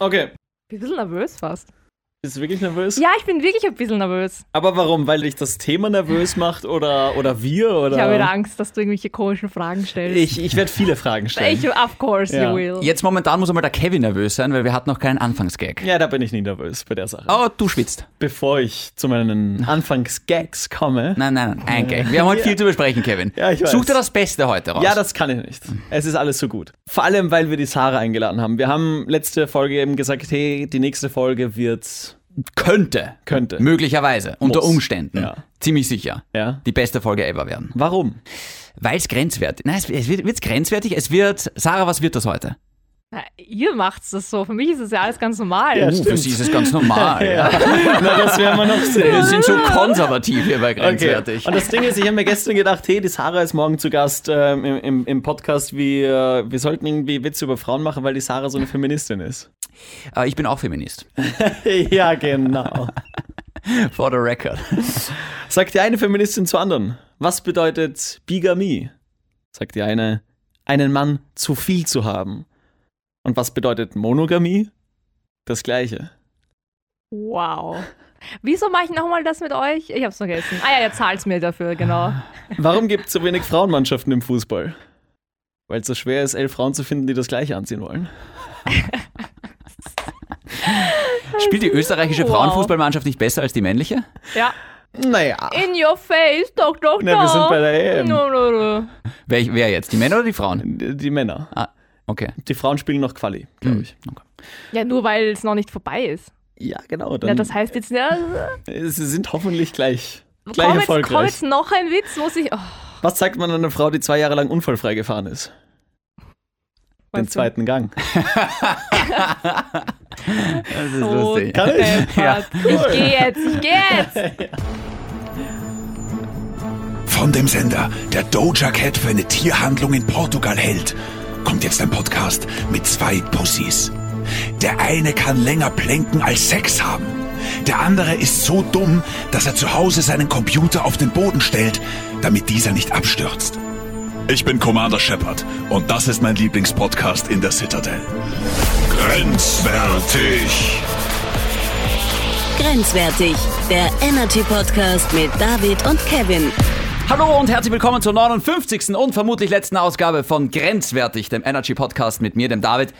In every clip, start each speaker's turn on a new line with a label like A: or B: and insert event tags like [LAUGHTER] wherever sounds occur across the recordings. A: Okay.
B: Bin ein bisschen nervös fast.
A: Bist du wirklich nervös?
B: Ja, ich bin wirklich ein bisschen nervös.
A: Aber warum? Weil dich das Thema nervös macht oder, oder wir? Oder?
B: Ich habe wieder Angst, dass du irgendwelche komischen Fragen stellst.
A: Ich, ich werde viele Fragen stellen.
B: Ich- of course
A: Ja.
B: you will.
C: Jetzt momentan muss einmal der Kevin nervös sein, weil wir hatten noch keinen Anfangsgag.
A: ja, da bin ich nie nervös bei der Sache.
C: Oh, du schwitzt.
A: Bevor ich zu meinen Anfangsgags komme.
C: Nein, nein, nein, ein Gag. Wir haben heute viel zu besprechen, Kevin.
A: Ja, ich weiß.
C: Such dir das Beste heute raus.
A: Ja, das kann ich nicht. Es ist alles so gut. Vor allem, weil wir die Sarah eingeladen haben. Wir haben letzte Folge eben gesagt, hey, die nächste Folge wird
C: könnte.
A: könnte.
C: Möglicherweise. Unter
A: Muss.
C: Umständen.
A: Ja.
C: Ziemlich sicher.
A: Ja.
C: Die beste Folge ever werden.
A: Warum?
C: Weil es grenzwertig. Nein, es es wird wird's grenzwertig. Es wird. Sarah, was wird das heute?
B: Na, ihr macht's das so. Für mich ist das ja alles ganz normal.
A: Ja,
C: uh, für
A: stimmt.
C: sie ist es
A: [LAUGHS]
C: ganz normal. ja.
A: Na, das werden wir noch
C: Wir
A: sehen.
C: sind so konservativ hier bei
A: Okay.
C: grenzwertig.
A: Und das Ding ist, ich habe mir gestern gedacht, hey, die Sarah ist morgen zu Gast ähm, im, im, im Podcast. Wir, wir sollten irgendwie Witze über Frauen machen, weil die Sarah so eine Feministin ist.
C: Äh, ich bin auch Feminist.
A: [LAUGHS] ja, genau.
C: For the record.
A: Sagt die eine Feministin zur anderen, was bedeutet Bigamie? Sagt die eine, einen Mann zu viel zu haben. Und was bedeutet Monogamie? Das gleiche.
B: Wow. Wieso mache ich nochmal das mit euch? Ich hab's vergessen. Ah ja, ihr zahlt mir dafür, genau.
A: Warum gibt es so wenig Frauenmannschaften im Fußball? Weil es so schwer ist, elf Frauen zu finden, die das gleiche anziehen wollen.
C: Spielt die österreichische
B: Wow.
C: Frauenfußballmannschaft nicht besser als die männliche?
B: Ja.
A: Naja.
B: In your face, doch, doch, doch.
A: Na, wir sind bei der EM.
B: No, no, no.
C: Wer, wer jetzt? Die Männer oder die Frauen?
A: Die die Männer.
C: Ah, okay.
A: Die Frauen spielen noch Quali, glaube ich.
B: Ja, nur weil es noch nicht vorbei ist.
A: Ja, genau. Dann,
B: Ja, das heißt jetzt, ja,
A: äh, sie sind hoffentlich gleich, gleich
B: komm, jetzt,
A: erfolgreich.
B: komm jetzt noch ein Witz, muss ich. Oh,
A: Was sagt man einer Frau, die zwei Jahre lang unfallfrei gefahren ist? Den
B: meinst du?
A: zweiten Gang.
C: Das ist
B: So
C: lustig.
A: Kann ich?
B: deppert. Ich geh jetzt, ich geh jetzt.
D: Von dem Sender, der Doja Cat für eine Tierhandlung in Portugal hält, kommt jetzt ein Podcast mit zwei Pussys. Der eine kann länger plänken als Sex haben. Der andere ist so dumm, dass er zu Hause seinen Computer auf den Boden stellt, damit dieser nicht abstürzt. Ich bin Commander Shepard und das ist mein Lieblingspodcast in der Citadel. Grenzwertig.
E: Grenzwertig, der Energy Podcast mit David und Kevin.
C: Hallo und herzlich willkommen zur 59. und vermutlich letzten Ausgabe von Grenzwertig, dem Energy Podcast mit mir, dem David.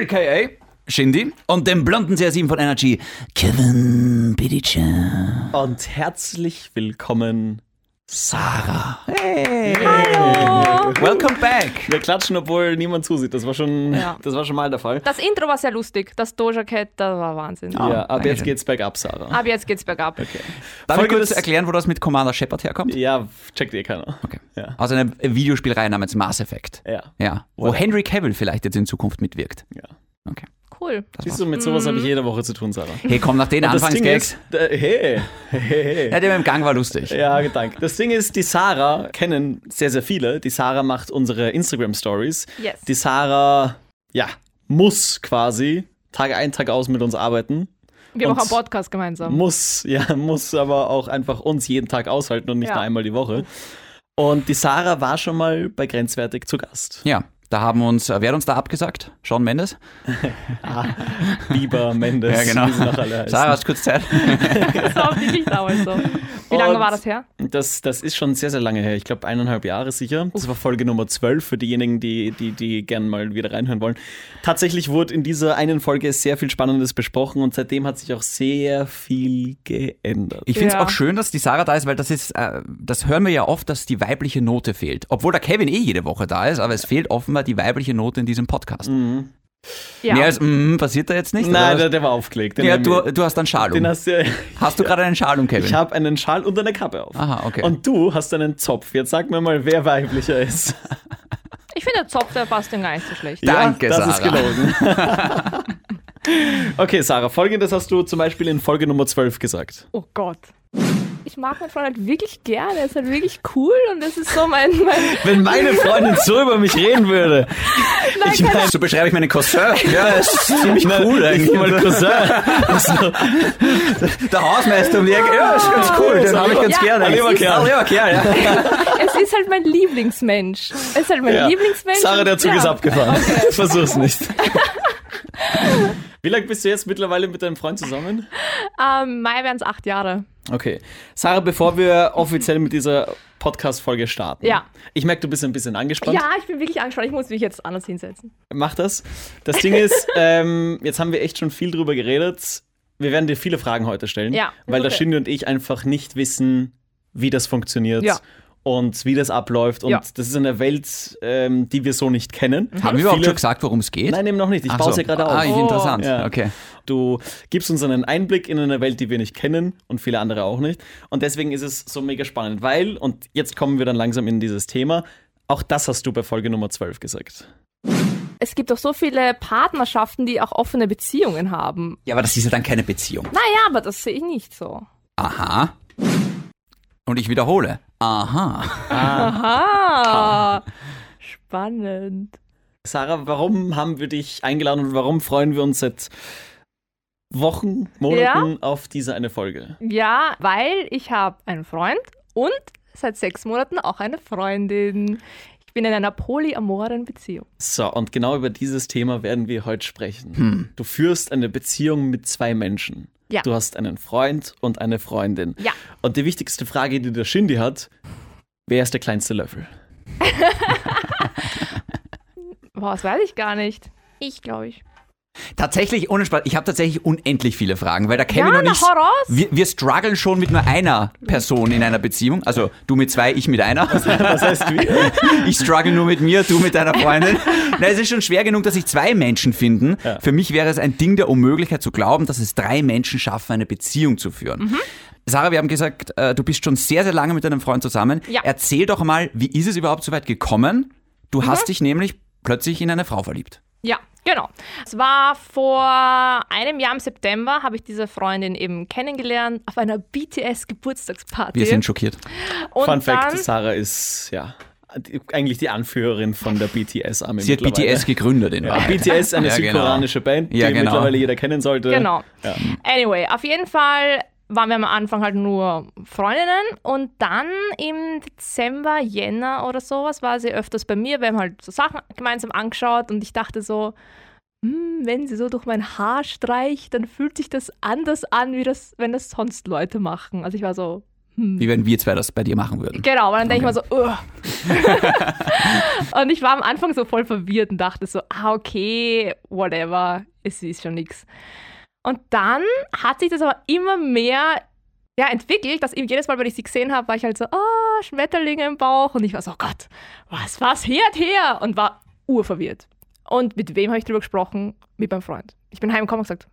C: AKA Shindy und dem blonden CR7 von Energy, Kevin Pidice.
A: Und herzlich willkommen, Sarah.
C: Welcome back.
A: Wir klatschen, obwohl niemand zusieht. Das war schon,
B: Ja.
A: das war schon mal der Fall.
B: Das Intro war sehr lustig. Das Doja Cat, das war Wahnsinn.
A: ja, ab
C: danke
A: jetzt
C: schön.
A: geht's bergab, Sarah.
B: Aber jetzt geht's bergab.
C: Darf ich kurz
A: Folgendes-
C: erklären, wo das mit Commander Shepard
B: Ah.
C: herkommt?
A: Ja, checkt eh keiner.
C: Okay. Also
A: Ja.
C: Aus einer Videospielreihe namens Mass Effect.
A: Ja.
C: Ja. Wo Henry Cavill vielleicht jetzt in Zukunft mitwirkt.
A: ja.
C: Okay.
B: Cool.
A: Siehst du, mit sowas habe ich jede Woche zu tun, Sarah.
C: Hey, komm, nach den
A: Das Ding
C: Anfangsgags.
A: ist, äh, hey, hey, hey.
C: Ja, der mit dem Gang war lustig.
A: Ja, danke. Das Ding ist, die Sarah kennen sehr, sehr viele. Die Sarah macht unsere Instagram-Stories.
B: Yes.
A: Die Sarah, ja, muss quasi Tag ein, Tag aus mit uns arbeiten.
B: Wir machen
A: Und-
B: einen
A: [LAUGHS]
B: Podcast gemeinsam.
A: Muss, ja, muss aber auch einfach uns jeden Tag aushalten und nicht
B: Ja.
A: nur einmal die Woche. Und die Sarah war schon mal bei Grenzwertig zu Gast.
C: Ja, da haben uns, äh, wer hat uns da abgesagt? Sean Mendes?
A: Bieber, Mendes, wie sie noch [LAUGHS] alle heißen.
C: genau. Sarah, hast kurz Zeit?
B: Das war wirklich damals so. Wie lange
A: Und-
B: war das her?
A: Das, das ist schon sehr, sehr lange her. Ich glaube, eineinhalb Jahre sicher. Das war Folge Nummer 12 für diejenigen, die, die, die gerne mal wieder reinhören wollen. Tatsächlich wurde in dieser einen Folge sehr viel Spannendes besprochen und seitdem hat sich auch sehr viel geändert.
C: Ich finde es
B: Ja.
C: auch schön, dass die Sarah da ist, weil das ist, äh, das hören wir ja oft, dass die weibliche Note fehlt. Obwohl der Kevin eh jede Woche da ist, aber es fehlt offenbar die weibliche Note in diesem Podcast.
B: Ja.
C: Mehr als mm, passiert da jetzt nicht.
A: Mhm. Nein, der,
C: aber,
A: der war aufgelegt. Den
C: ja,
A: haben wir-
C: du, du hast einen Schal
A: den
C: um.
A: hast du, [LAUGHS]
C: Hast du gerade einen Schal um, Kevin? [LAUGHS]
A: ich habe einen Schal und eine Kappe auf.
C: Aha, okay.
A: Und du hast einen Zopf. Jetzt sag mir mal, wer weiblicher [LAUGHS] ist.
B: Ich finde, der Zopf, der passt dem gar nicht so schlecht.
C: Danke,
A: ja, das
C: Sarah.
A: ist gelogen. [LAUGHS] okay, Sarah, folgendes hast du zum Beispiel in Folge Nummer 12 gesagt.
B: Oh Gott. Ich mag meinen Freund halt wirklich gerne. Er ist halt wirklich cool und das ist so mein. mein
A: Wenn meine Freundin so über mich reden würde.
B: Nein,
A: [LAUGHS] Ich meine,
C: so beschreibe ich meinen Cousin. Ja, das ist ziemlich cool
A: ich
C: eigentlich.
A: bin mein Cousin.
C: Der Hausmeister um die Ecke. Ja, ist ganz cool. Den habe ich ganz
B: Ja,
C: gerne.
A: ein Ah, lieber Kerl.
C: Ein lieber Kerl, ja.
B: es ist halt mein Lieblingsmensch. Es ist halt mein
A: Ja.
B: Lieblingsmensch.
A: Sarah, der
B: und-
A: Zug
B: ja.
A: ist abgefahren. Versuch's nicht. [LAUGHS] Wie lange bist du jetzt mittlerweile mit deinem Freund zusammen?
B: Ähm, Mai wären es acht Jahre.
A: Okay. Sarah, bevor
B: [LAUGHS]
A: wir offiziell mit dieser Podcast-Folge starten.
B: Ja.
A: Ich merke, du bist ein bisschen angespannt.
B: Ja, ich bin wirklich angespannt. Ich muss mich jetzt anders hinsetzen.
A: Mach das. Das Ding
B: [LAUGHS]
A: ist, ähm, jetzt haben wir echt schon viel drüber geredet. Wir werden dir viele Fragen heute stellen,
B: Ja.
A: weil da
B: Okay.
A: Shindy und ich einfach nicht wissen, wie das funktioniert
B: Ja.
A: und wie das abläuft. Und
B: Ja.
A: das ist eine Welt, ähm, die wir so nicht kennen.
C: Haben wir überhaupt
A: Viele-
C: schon gesagt, worum es geht?
A: Nein, eben noch nicht. Ich baue es ja gerade auf.
C: Ah, ich- interessant.
A: Ja.
C: Okay.
A: Du gibst uns einen Einblick in eine Welt, die wir nicht kennen und viele andere auch nicht. Und deswegen ist es so mega spannend, weil, und jetzt kommen wir dann langsam in dieses Thema, auch das hast du bei Folge Nummer 12 gesagt.
B: Es gibt doch so viele Partnerschaften, die auch offene Beziehungen haben.
C: Ja, aber das ist ja dann keine Beziehung.
B: Naja, aber das sehe ich nicht so.
C: Aha. Und ich wiederhole. Aha.
B: Aha. Ah. Spannend.
A: Sarah, warum haben wir dich eingeladen und warum freuen wir uns seit Wochen, Monaten auf diese eine Folge?
B: Ja, weil ich habe einen Freund und seit sechs Monaten auch eine Freundin. Ich bin in einer polyamoren Beziehung.
A: So, und genau über dieses Thema werden wir heute sprechen.
C: Hm.
A: Du führst eine Beziehung mit zwei Menschen.
B: Ja.
A: Du hast einen Freund und eine Freundin.
B: Ja.
A: Und die wichtigste Frage, die der Shindy hat, wer ist der kleinste Löffel?
B: Boah, das weiß ich gar nicht. Ich glaube ich.
C: Tatsächlich, ohne Spaß, ich habe tatsächlich unendlich viele Fragen, weil da Kevin
B: Ja,
C: und
B: na,
C: ich.
B: hau raus.
C: Wir, wir strugglen schon mit nur einer Person in einer Beziehung. Also du mit zwei, ich mit einer.
B: [LAUGHS]
A: Was heißt [LAUGHS] wie?
C: Ich struggle nur mit mir, du mit deiner Freundin. Na, es ist schon schwer genug, dass sich zwei Menschen finden. Für mich wäre es ein Ding der Unmöglichkeit zu glauben, dass es drei Menschen schaffen, eine Beziehung zu führen.
B: Mhm.
C: Sarah, wir haben gesagt, äh, du bist schon sehr, sehr lange mit deinem Freund zusammen.
B: Ja.
C: Erzähl doch mal, wie ist es überhaupt so weit gekommen? Du
B: Mhm.
C: hast dich nämlich plötzlich in eine Frau verliebt.
B: Ja, genau. Es war vor einem Jahr im September, habe ich diese Freundin eben kennengelernt auf einer BTS-Geburtstagsparty.
C: Wir sind schockiert.
B: Und
A: Fun Fact,
B: dann-
A: Sarah ist ja die- eigentlich die Anführerin von der BTS-Armee.
C: Sie hat BTS gegründet in
A: Ja,
C: Wahrheit.
A: BTS, eine
C: Ja, genau.
A: südkoreanische Band, die
C: Ja, genau.
A: mittlerweile jeder kennen sollte.
B: Genau. Anyway, auf jeden Fall waren wir am Anfang halt nur Freundinnen und dann im Dezember, Jänner oder sowas war sie öfters bei mir. Wir haben halt so Sachen gemeinsam angeschaut und ich dachte so, hm, wenn sie so durch mein Haar streicht, dann fühlt sich das anders an, wie das, wenn das sonst Leute machen. Also ich war so,
C: Wie wenn wir zwei das bei dir machen würden.
B: Genau, und dann denke ich mal so, Ugh. [LAUGHS] Und ich war am Anfang so voll verwirrt und dachte so, ah, okay, whatever, es ist schon nix. Und dann hat sich das aber immer mehr ja, entwickelt, dass eben jedes Mal, wenn ich sie gesehen habe, war ich halt so, oh, Schmetterlinge im Bauch. Und ich war so, oh Gott, was, was, hört her? Und war urverwirrt. Und mit wem habe ich drüber gesprochen? Mit meinem Freund. Ich bin heimgekommen und gesagt,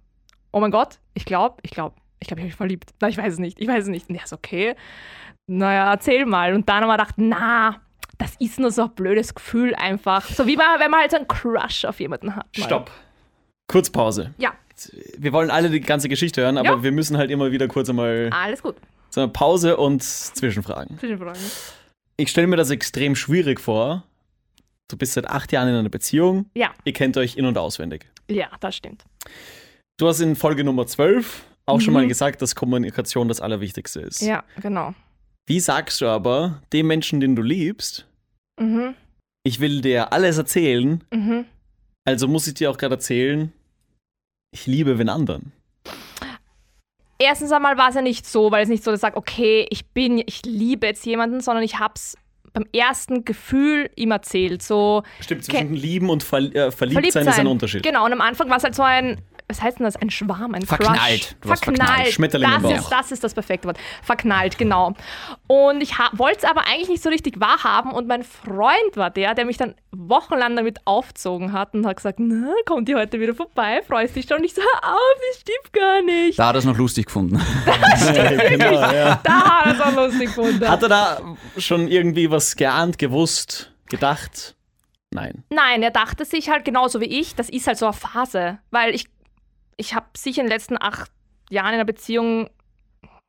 B: oh mein Gott, ich glaube, ich glaube, ich glaube, ich habe mich verliebt. Na, ich weiß es nicht, ich weiß es nicht. Und er ist okay naja, erzähl mal. Und dann haben wir gedacht, na, das ist nur so ein blödes Gefühl einfach. So wie man, wenn man halt so einen Crush auf jemanden hat. mal.
A: Stopp. Kurzpause.
B: Ja,
A: Wir wollen alle die ganze Geschichte hören, aber
B: Ja. Ah.
A: wir müssen halt immer wieder kurz einmal
B: alles gut.
A: so eine Pause und Zwischenfragen.
B: Zwischenfragen.
A: Ich stelle mir das extrem schwierig vor. Du bist seit acht Jahren in einer Beziehung.
B: Ja,
A: Ihr kennt euch in- und auswendig.
B: ja, das stimmt.
A: Du hast in Folge Nummer 12 auch schon mal gesagt, dass Kommunikation das Allerwichtigste ist.
B: Mhm. Ja, genau.
A: Wie sagst du aber dem Menschen, den du liebst,
B: Mhm,
A: ich will dir alles erzählen,
B: mhm.
A: also muss ich dir auch gerade erzählen, ich liebe wen anderen.
B: Erstens einmal war es ja nicht so, weil es nicht so, dass ich sage, okay, ich bin, ich liebe jetzt jemanden, sondern ich hab's beim ersten Gefühl ihm erzählt. So,
A: Stimmt,
B: Ke-
A: zwischen lieben und verl äh, verliebt, sein, ist ein Unterschied.
B: Genau, und am Anfang war es halt so ein, was heißt denn das? Ein Schwarm, ein
C: Verknallt.
B: Crush.
C: Du warst verknallt.
A: Schmetterling im
B: das,
A: Bauch.
B: ist, das ist das perfekte Wort. Verknallt, genau. Und ich ha- wollte es aber eigentlich nicht so richtig wahrhaben und mein Freund war der, der mich dann wochenlang damit aufzogen hat und hat gesagt, na, kommt die heute wieder vorbei, freust dich schon? Und ich so, auf, das stimmt gar
A: [LAUGHS]
B: nicht.
C: Da hat er es noch lustig gefunden.
A: genau [LAUGHS] ja.
B: Da hat er es auch lustig gefunden.
A: Hat er da schon irgendwie was geahnt, gewusst, gedacht? Nein. [LAUGHS]
B: Nein, er dachte sich halt genauso wie ich, das ist halt so eine Phase. Weil ich, ich habe sicher in den letzten acht Jahren in einer Beziehung,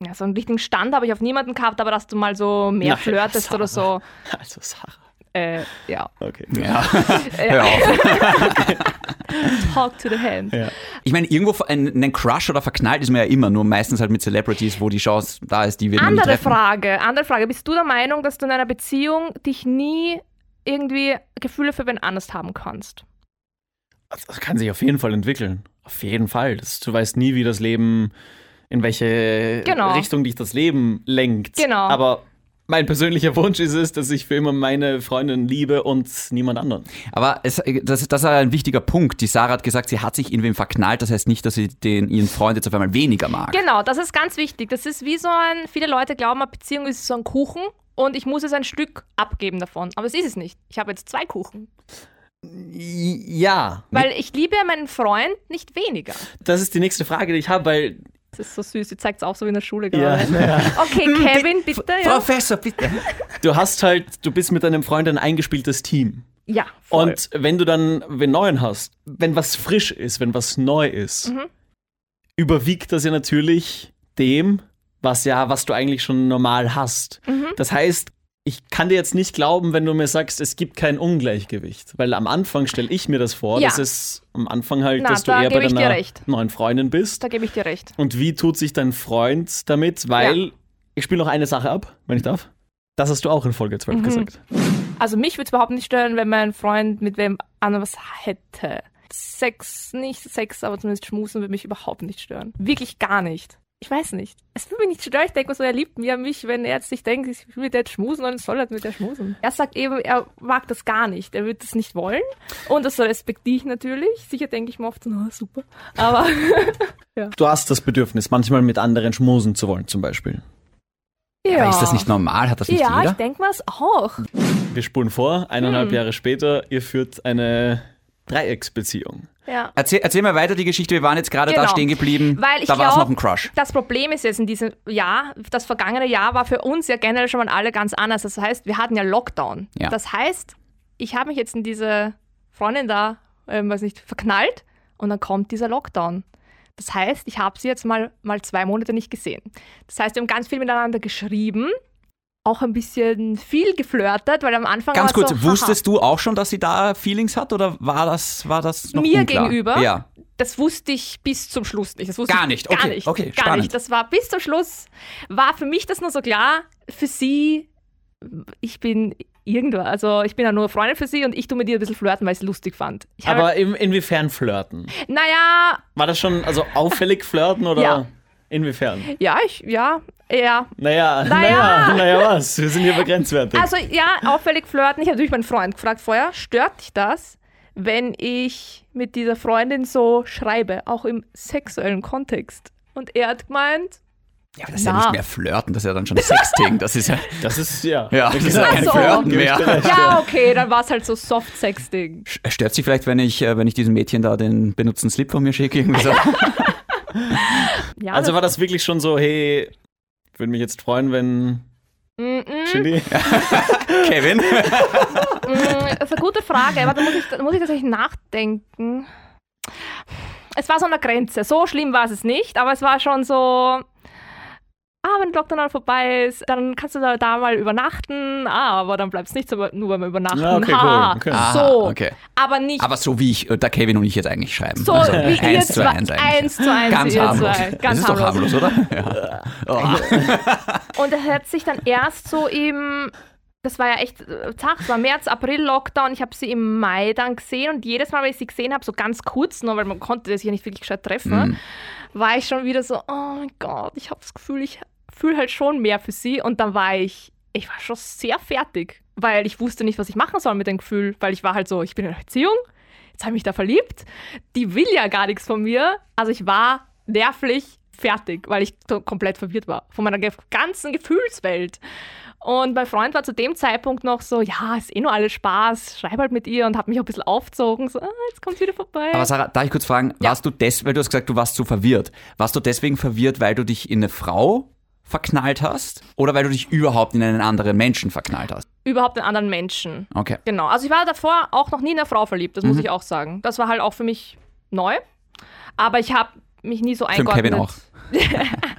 B: ja, so einen richtigen Stand habe ich auf niemanden gehabt, aber dass du mal so mehr
A: Naja,
B: flirtest oder so.
A: Also Sarah.
C: [LAUGHS]
B: Äh, ja.
A: Okay.
C: Ja. Hör auf.
B: Talk to the hand.
A: Ja.
C: Ich meine, irgendwo ver- einen, einen Crush oder verknallt ist man ja immer, nur meistens halt mit Celebrities, wo die Chance da ist, die wir nie
B: Andere
C: treffen.
B: Frage, andere Frage. Bist du der Meinung, dass du in einer Beziehung dich nie irgendwie Gefühle für wen anders haben kannst?
A: Also, Das kann sich auf jeden Fall entwickeln. Auf jeden Fall. Das, du weißt nie, wie das Leben, in welche
B: Genau.
A: Richtung dich das Leben lenkt.
B: Genau.
A: Aber mein persönlicher Wunsch ist es, dass ich für immer meine Freundin liebe und niemand anderen.
C: Aber es, das, das ist ein wichtiger Punkt. Die Sarah hat gesagt, sie hat sich in wem verknallt. Das heißt nicht, dass sie den, ihren Freund jetzt auf einmal weniger mag.
B: Genau, das ist ganz wichtig. Das ist wie so ein, viele Leute glauben, eine Beziehung ist so ein Kuchen und ich muss jetzt ein Stück abgeben davon. Aber es ist es nicht. Ich habe jetzt zwei Kuchen.
A: Ja.
B: Weil ich liebe meinen Freund nicht weniger.
A: Das ist die nächste Frage, die ich habe, weil.
B: Das ist so süß, sie zeigt es auch so wie in der Schule
A: Ja, ne.
B: gerade. Hm, Okay, Kevin, bitte. Ja,
C: Hm, Professor, bitte.
A: [LAUGHS] Du hast halt, du bist mit deinem Freund ein eingespieltes Team.
B: ja voll.
A: Und wenn du dann wen neuen hast, wenn was frisch ist, wenn was neu ist,
B: Mhm.
A: überwiegt das ja natürlich dem, was ja, was du eigentlich schon normal hast.
B: Mhm.
A: Das heißt, ich kann dir jetzt nicht glauben, wenn du mir sagst, es gibt kein Ungleichgewicht. Weil am Anfang stelle ich mir das vor,
B: Ja.
A: dass es am Anfang halt,
B: Na,
A: dass du
B: da
A: eher bei
B: gebe ich dir
A: deiner
B: recht.
A: neuen Freundin bist.
B: da gebe ich dir recht.
A: Und wie tut sich dein Freund damit? Weil ich spiele noch eine Sache ab, wenn ich darf. Das hast du auch in Folge 12
B: Mhm.
A: gesagt.
B: Also mich würde es überhaupt nicht stören, wenn mein Freund mit wem anderem was hätte. Sex, nicht Sex, aber zumindest Schmusen würde mich überhaupt nicht stören. Wirklich gar nicht. Ich weiß nicht. Es würde mich nicht stören. Ich denke mir so, er liebt mir mich, wenn er jetzt nicht denkt, ich will mit der jetzt schmusen, dann soll er mit der schmusen. Er sagt eben, er mag das gar nicht. Er wird das nicht wollen. Und das respektiere ich natürlich. Sicher denke ich mir oft, na super. Aber
A: Du hast das Bedürfnis, manchmal mit anderen schmusen zu wollen, zum Beispiel.
B: [LAUGHS] ja.
C: Ist das nicht normal? Hat das nicht
B: Ja, ich
C: jeder?
B: denke mir es auch.
A: Wir spulen vor, eineinhalb
B: Hm.
A: Jahre später, ihr führt eine Dreiecksbeziehung.
B: Ja.
C: Erzähl, erzähl mal weiter die Geschichte. Wir waren jetzt gerade da
B: Genau.
C: stehen geblieben.
B: Weil ich
C: da war es
B: glaub-
C: noch ein Crush.
B: Das Problem ist jetzt in diesem Jahr, das vergangene Jahr war für uns ja generell schon mal alle ganz anders. Das heißt, wir hatten ja Lockdown.
C: Ja.
B: Das heißt, ich habe mich jetzt in diese Freundin da, ähm, weiß nicht, verknallt und dann kommt dieser Lockdown. Das heißt, ich habe sie jetzt mal, mal zwei Monate nicht gesehen. Das heißt, wir haben ganz viel miteinander geschrieben, auch ein bisschen viel geflirtet, weil am Anfang
C: Ganz
B: war es
C: kurz,
B: so, haha.
C: wusstest du auch schon, dass sie da Feelings hat oder war das, war das noch
B: Mir
C: unklar?
B: gegenüber?
C: Ja.
B: Das wusste ich bis zum Schluss nicht. Das wusste
C: Gar
B: ich
C: nicht,
B: Gar
C: okay,
B: nicht.
C: okay,
B: gar
C: spannend.
B: nicht. Das war bis zum Schluss, war für mich das nur so klar, für sie, ich bin irgendwer. Also ich bin ja nur Freundin für sie und ich tue mit ihr ein bisschen flirten, weil ich es lustig fand. Ich habe-
A: Aber im, inwiefern flirten?
B: naja,
A: War das schon also auffällig flirten oder
B: Ja.
A: inwiefern?
B: ja, ich, ja, ja.
A: Naja, naja,
B: Naja.
A: naja, was? Wir sind hier bei grenzwertig.
B: Also ja, auffällig flirten. Ich habe natürlich meinen Freund gefragt vorher, stört dich das, wenn ich mit dieser Freundin so schreibe, auch im sexuellen Kontext? Und er hat gemeint,
C: Ja, aber das ist ja
B: Na.
C: nicht mehr flirten, das ist ja dann schon Sexting. Das ist ja,
A: das ist ja.
C: ja, das ist ja
B: Ach
C: kein
B: so.
C: Flirten mehr.
B: ja, okay, dann war es halt so Soft-Sex-Ding.
C: Stört sie vielleicht, wenn ich, äh, wenn ich diesem Mädchen da den benutzten Slip von mir schicke? Irgendwie
B: [LAUGHS]
C: so.
B: Ja,
A: Also
B: das-
A: war das wirklich schon so, hey, würde mich jetzt freuen, wenn
B: Mm, mm, [LAUGHS]
A: Shindy.
C: Kevin?
B: mm, das ist eine gute Frage, aber da muss ich, da muss ich tatsächlich nachdenken. Es war so an der Grenze. So schlimm war es nicht, aber es war schon so. Ah, wenn der Lockdown mal vorbei ist, dann kannst du da, da mal übernachten. Ah, aber dann bleibst nicht so, be- nur beim Übernachten.
A: Ja, Ah, okay,
B: Ha.
A: cool, okay.
C: Aha,
B: So,
C: okay.
B: aber nicht
C: Aber so wie ich, äh, da Kevin und ich jetzt eigentlich schreiben.
B: so
C: Also,
B: wie ihr
C: eins zu
B: zwei.
C: eins eigentlich.
B: zu eins.
C: Ganz
B: ihr
C: harmlos.
B: Zwei.
C: das
B: Ganz
C: ist doch harmlos, oder?
B: [LAUGHS]
C: Ja. Oh.
B: Und er hat sich dann erst so im, das war ja echt äh, Tag, es war März, April Lockdown. Ich habe sie im Mai dann gesehen und jedes Mal, wenn ich sie gesehen habe, so ganz kurz, nur weil man konnte sich ja nicht wirklich gescheit
C: Mhm.
B: treffen, war ich schon wieder so, oh mein Gott, ich habe das Gefühl, ich fühle halt schon mehr für sie. Und dann war ich, ich war schon sehr fertig, weil ich wusste nicht, was ich machen soll mit dem Gefühl, weil ich war halt so, ich bin in einer Beziehung, jetzt habe ich mich da verliebt, die will ja gar nichts von mir. Also ich war nervlich fertig, weil ich to- komplett verwirrt war von meiner ge ganzen Gefühlswelt. Und mein Freund war zu dem Zeitpunkt noch so, ja, ist eh nur alles Spaß, schreib halt mit ihr und hat mich auch ein bisschen aufgezogen, so, ah, jetzt kommt wieder vorbei.
C: Aber Sarah, darf ich kurz fragen, warst du des, weil du hast gesagt, du warst so verwirrt. Warst du deswegen verwirrt, weil du dich in eine Frau verknallt hast? Oder weil du dich überhaupt in einen anderen Menschen verknallt hast?
B: Überhaupt einen anderen Menschen.
C: Okay.
B: Genau. Also ich war davor auch noch nie in eine Frau verliebt, das
A: Mhm.
B: muss ich auch sagen. Das war halt auch für mich neu. Aber ich habe mich nie so
C: Für den
B: eingeordnet.
C: Kevin auch.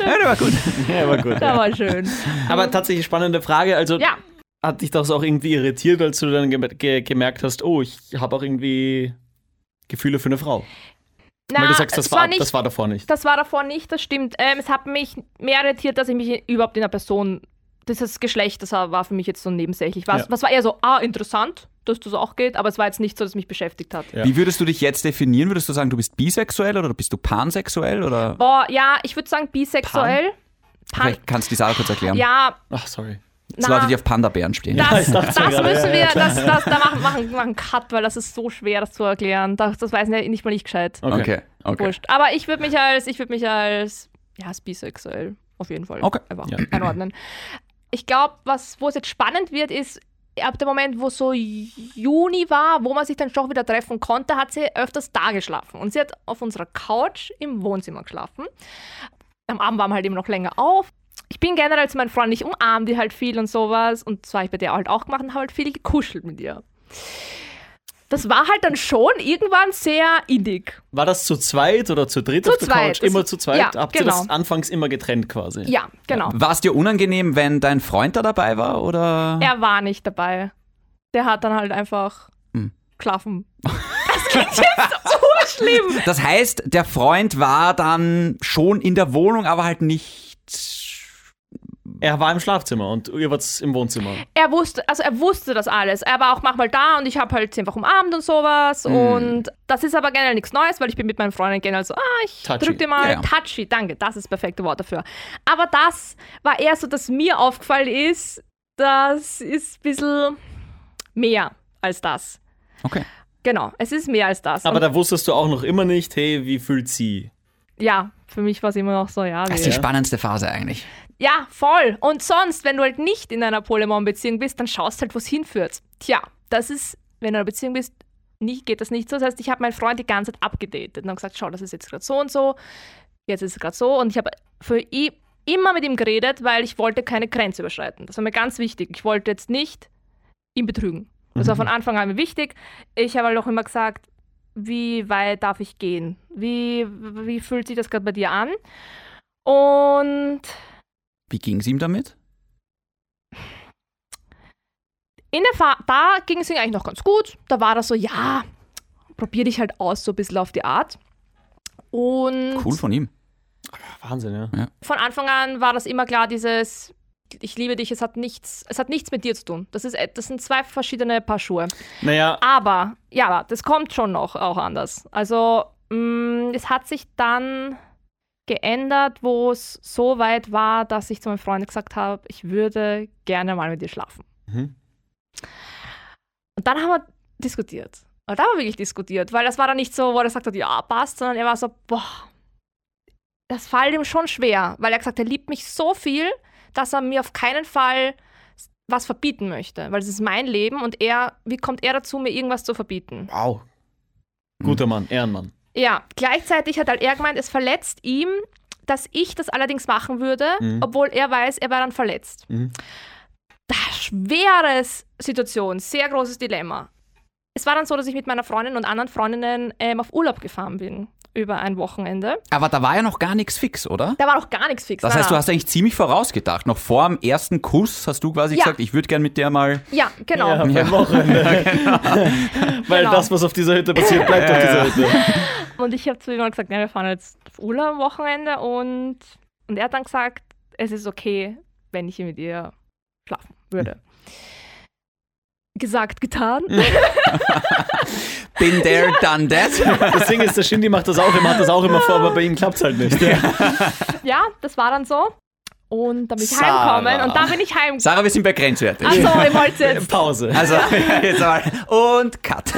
C: ja, der war gut.
A: Ja, aber gut.
B: Das war
A: [LAUGHS]
B: schön.
A: Aber tatsächlich spannende Frage. Also
B: Ja,
A: hat dich das auch irgendwie irritiert, als du dann gem- ge gemerkt hast, oh, ich habe auch irgendwie Gefühle für eine Frau.
B: Na,
A: Weil du sagst, das
B: es
A: war,
B: nicht,
A: das war davor nicht.
B: das war davor nicht, das stimmt. Ähm, es hat mich mehr irritiert, dass ich mich überhaupt in der Person, dieses Geschlecht, das war für mich jetzt so nebensächlich. Was,
A: Ja.
B: was war eher so, ah, interessant, dass das auch geht, aber es war jetzt nicht so, dass es mich beschäftigt hat.
A: Ja.
C: Wie würdest du dich jetzt definieren? Würdest du sagen, du bist bisexuell oder bist du pansexuell? Oder
B: Boah, ja, ich würde sagen bisexuell. Pan?
C: vielleicht kannst du die Sache kurz erklären.
B: ja,
A: Ach, sorry.
C: das
B: na,
C: Leute, die auf Panda-Bären stehen.
B: das,
A: ich dachte
B: das
A: schon gerade,
B: müssen
A: ja,
B: wir,
A: ja,
B: das, das, da machen, machen, machen Cut, weil das ist so schwer, das zu erklären. Das, das weiß nicht, nicht mal ich gescheit.
A: Okay.
C: Okay, okay.
B: Wurscht. Aber ich würde mich als, ich würde mich als, ja, als bisexuell auf jeden Fall
C: Okay.
B: einfach
A: Ja.
B: einordnen. Ich glaube, was, wo es jetzt spannend wird, ist, ab dem Moment, wo so Juni war, wo man sich dann schon wieder treffen konnte, hat sie öfters da geschlafen. Und sie hat auf unserer Couch im Wohnzimmer geschlafen. Am Abend waren wir halt eben noch länger auf. Ich bin generell zu meinen Freunden, ich umarme die halt viel und sowas. Und zwar ich bei der halt auch gemacht und habe halt viel gekuschelt mit ihr. Das war halt dann schon irgendwann sehr innig.
A: War das zu zweit oder zu dritt
B: Zu
A: auf der
B: zweit.
A: Couch? Immer
B: Das-
A: zu zweit?
B: ja,
A: Habt ihr das
B: genau.
A: anfangs immer getrennt quasi?
B: Ja, genau.
C: War es dir unangenehm, wenn dein Freund da dabei war? Oder?
B: Er war nicht dabei. Der hat dann halt einfach
C: Hm. [LAUGHS]
B: geschlafen. Das klingt jetzt urschlimm.
C: Das heißt, der Freund war dann schon in der Wohnung, aber halt nicht.
A: Er war im Schlafzimmer und ihr wart im Wohnzimmer.
B: Er wusste, also er wusste das alles. Er war auch manchmal da und ich habe halt sie einfach umarmt und sowas.
C: Hm.
B: Und das ist aber generell nichts Neues, weil ich bin mit meinen Freunden generell so, ah, ich
A: Touchy.
B: drück dir mal
C: Ja, ja.
B: touchy. Danke, das ist das perfekte Wort dafür. Aber das war eher so, dass mir aufgefallen ist, das ist ein bisschen mehr als das.
C: Okay.
B: Genau, es ist mehr als das.
A: Aber
B: und,
A: da wusstest du auch noch immer nicht, hey, wie fühlt sie?
B: ja, für mich war es immer noch so, ja.
C: Das
B: wie-
C: ist die spannendste Phase eigentlich.
B: Ja, voll. Und sonst, wenn du halt nicht in einer Polemon-Beziehung bist, dann schaust halt, wo es hinführt. Tja, das ist, wenn du in einer Beziehung bist, nicht, geht das nicht so. Das heißt, ich habe meinen Freund die ganze Zeit abgedatet und habe gesagt, schau, das ist jetzt gerade so und so, jetzt ist es gerade so. Und ich habe für i- immer mit ihm geredet, weil ich wollte keine Grenze überschreiten. Das war mir ganz wichtig. Ich wollte jetzt nicht ihn betrügen. Das war von Anfang an mir wichtig. Ich habe halt auch immer gesagt, wie weit darf ich gehen? Wie, wie fühlt sich das gerade bei dir an? Und
C: Wie ging es ihm damit?
B: in der Fa da ging es ihm eigentlich noch ganz gut. Da war das so, ja, probier dich halt aus, so ein bisschen auf die Art. Und
C: Cool von ihm.
A: Wahnsinn, ja.
B: von Anfang an war das immer klar, dieses ich liebe dich, es hat nichts, es hat nichts mit dir zu tun. Das, ist, et- das sind zwei verschiedene Paar Schuhe.
A: Naja,
B: Aber, ja, aber das kommt schon noch auch anders. Also, mh, es hat sich dann geändert, wo es so weit war, dass ich zu meinem Freund gesagt habe, ich würde gerne mal mit dir schlafen.
A: Mhm.
B: Und dann haben wir diskutiert. Und da haben wir wirklich diskutiert, weil das war dann nicht so, wo er gesagt hat, ja, passt, sondern er war so, boah, das fällt ihm schon schwer, weil er gesagt hat, er liebt mich so viel, dass er mir auf keinen Fall was verbieten möchte, weil es ist mein Leben und er, wie kommt er dazu, mir irgendwas zu verbieten?
A: wow. Guter Mann, Ehrenmann.
B: Ja, gleichzeitig hat halt er gemeint, es verletzt ihm, dass ich das allerdings machen würde,
A: Mhm.
B: obwohl er weiß, er war dann verletzt.
A: Mhm.
B: Da, schweres Situation, sehr großes Dilemma. Es war dann so, dass ich mit meiner Freundin und anderen Freundinnen ähm, auf Urlaub gefahren bin über ein Wochenende.
C: Aber da war ja noch gar nichts fix, oder?
B: Da war noch gar nichts fix.
C: Das
B: na,
C: heißt, du
B: na.
C: hast eigentlich ziemlich vorausgedacht. Noch vor dem ersten Kuss hast du quasi
B: Ja.
C: gesagt, ich würde gern mit der mal.
B: Ja, genau.
A: Ja, beim Wochenende. [LAUGHS] Weil
B: Genau.
A: das, was auf dieser Hütte passiert, bleibt auf dieser Hütte.
B: Und ich habe zu ihm gesagt, ja, wir fahren jetzt auf Urlaub am Wochenende und, und er hat dann gesagt, es ist okay, wenn ich hier mit ihr schlafen würde. Gesagt, getan.
C: Been there, done
B: [LAUGHS]
C: that.
A: Das Ding ist, der Shindy macht das auch immer, hat das auch immer vor, aber bei ihm klappt es halt nicht.
B: [LAUGHS] Ja, das war dann so. Und dann bin ich
C: Sarah.
B: heimgekommen und da bin ich heim.
C: Sarah, wir sind bei Grenzwertig.
B: Achso, ihr wollt
C: [LAUGHS]
B: jetzt.
A: Pause.
C: Also, jetzt mal.
A: [LAUGHS]
C: Und cut.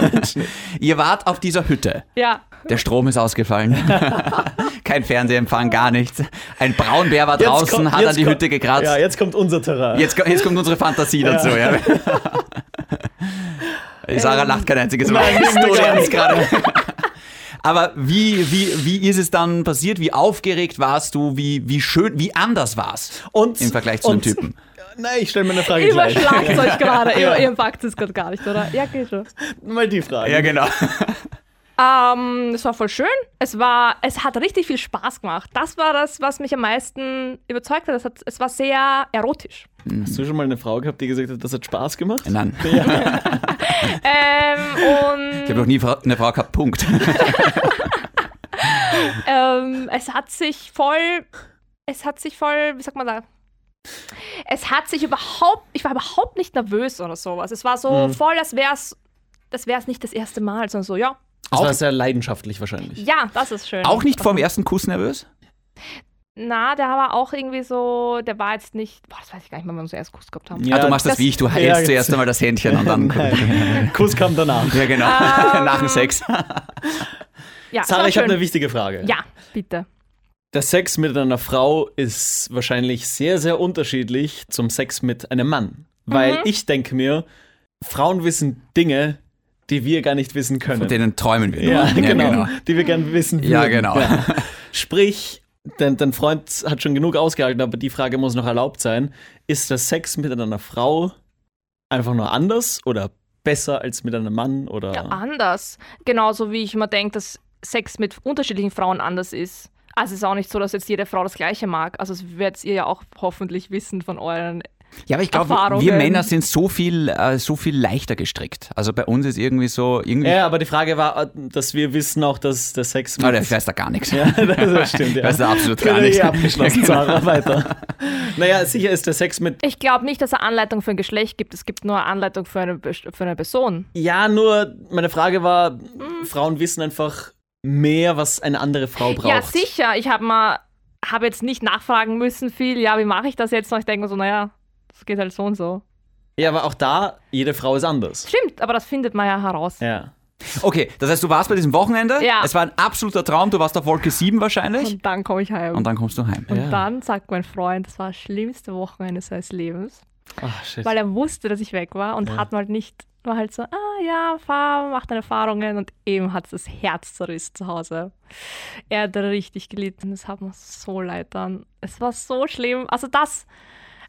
C: Ihr wart auf dieser Hütte.
B: Ja.
C: Der Strom ist ausgefallen. [LAUGHS] Kein Fernsehempfang, gar nichts. Ein Braunbär war
A: Jetzt
C: draußen,
A: kommt-
C: hat
A: jetzt
C: an die
A: kommt-
C: Hütte gekratzt.
A: Ja, jetzt kommt unser Terrain.
C: Jetzt, ko- jetzt kommt unsere Fantasie dazu, ja.
A: [LAUGHS]
C: Sarah lacht kein einziges Mal.
A: Ähm, Nein,
C: Ist tot
A: nein.
C: ernst gerade. [LAUGHS] Aber wie, wie, wie ist es dann passiert? Wie aufgeregt warst du? Wie, wie schön, wie anders war's
A: und,
C: im Vergleich zu dem
A: und-
C: Typen?
A: [LAUGHS] Nein, ich stelle mir eine Frage gleich. [LAUGHS]
B: Überschlagt
C: [LAUGHS]
B: euch gerade. Ihr, ihr packt es gerade gar nicht, oder? Ja, geht schon.
A: Mal die Frage.
C: genau.
B: Ähm, es war voll schön. Es war, es hat richtig viel Spaß gemacht. Das war das, was mich am meisten überzeugt hat. Es, hat, es war sehr erotisch.
A: Hast du schon mal eine Frau gehabt, die gesagt hat, das hat Spaß gemacht?
C: Nein,
B: Ähm, und
C: ich habe noch nie Fra- eine Frau gehabt, Punkt.
B: ähm, es hat sich voll, es hat sich voll, wie sagt man da? Es hat sich überhaupt, ich war überhaupt nicht nervös oder sowas. Es war so
A: Mhm.
B: voll, als wär's, das wär's nicht das erste Mal, sondern so, ja,
A: Das
C: Auch-
A: war sehr leidenschaftlich wahrscheinlich.
B: ja, das ist schön.
C: Auch nicht vor dem ersten Kuss nervös?
B: Na, der war auch irgendwie so, der war jetzt nicht, boah, das weiß ich gar nicht mehr, wann wir uns erst Kuss gehabt haben.
A: Ja,
C: ah, du machst das,
A: das-
C: wie ich, du
A: Ja, genau.
C: hältst
A: jetzt-
C: zuerst einmal das Händchen
A: [LAUGHS]
C: und [LAUGHS] dann.
A: Nein. Kuss kam danach.
C: Ja, genau.
A: Ah.
C: [LAUGHS] Nach dem Sex.
B: Ja, es
A: Sarah,
B: war
A: ich habe
B: schön.
A: eine wichtige Frage.
B: Ja, bitte.
A: Der Sex mit einer Frau ist wahrscheinlich sehr, sehr unterschiedlich zum Sex mit einem Mann. Weil ich denke mir, Frauen wissen Dinge, die wir gar nicht wissen können.
C: Von denen träumen wir. nur.
A: ja, genau, Die wir gerne wissen würden.
C: Ja, genau. [LAUGHS]
A: Sprich, dein, dein Freund hat schon genug ausgehalten, aber die Frage muss noch erlaubt sein. Ist der Sex mit einer Frau einfach nur anders oder besser als mit einem Mann? Oder?
B: Ja, anders. Genauso wie ich immer denke, dass Sex mit unterschiedlichen Frauen anders ist. Also es ist auch nicht so, dass jetzt jede Frau das Gleiche mag. Also das werdet ihr ja auch hoffentlich wissen von euren.
C: Ja, aber ich glaube,
B: Erfahrungen.
C: wir Männer sind so viel, äh, so viel leichter gestrickt. Also bei uns ist irgendwie so, irgendwie.
A: ja, aber die Frage war, dass wir wissen auch, dass der Sex mit
C: Ah, der weiß da gar
A: [LAUGHS]
C: nichts. [LAUGHS]
A: Ja, das stimmt. Ja.
C: Weißt du, absolut gar
A: Ja,
C: nichts.
A: ja, abgeschlossen,
C: [LAUGHS] Genau.
A: Sarah, weiter. Naja, sicher ist der Sex mit.
B: Ich glaube nicht, dass es eine Anleitung für ein Geschlecht gibt. Es gibt nur eine Anleitung für eine, Best- für eine Person.
A: Ja, nur meine Frage war, Frauen wissen einfach mehr, was eine andere Frau braucht.
B: Mhm. Ja, sicher. Ich habe mal, habe jetzt nicht nachfragen müssen viel. Ja, wie mache ich das jetzt noch? Ich denke mir so, naja, das geht halt so und so.
A: Ja, aber auch da, jede Frau ist anders.
B: Stimmt, aber das findet man ja heraus.
A: Ja.
C: Okay, das heißt, du warst bei diesem Wochenende.
B: Ja.
C: Es war ein absoluter Traum. Du warst auf Wolke 7 wahrscheinlich.
B: Und dann komme ich heim.
C: Und dann kommst du heim.
B: Und
A: Ja.
B: dann sagt mein Freund, das war das schlimmste Wochenende seines Lebens,
A: Ach, Ah, shit.
B: weil er wusste, dass ich weg war und hat mir halt nicht, war halt so, ah ja, fahr, mach deine Erfahrungen und eben hat es das Herz zerrissen zu Hause. Er hat richtig gelitten, das hat mir so leid dann. Es war so schlimm, also das,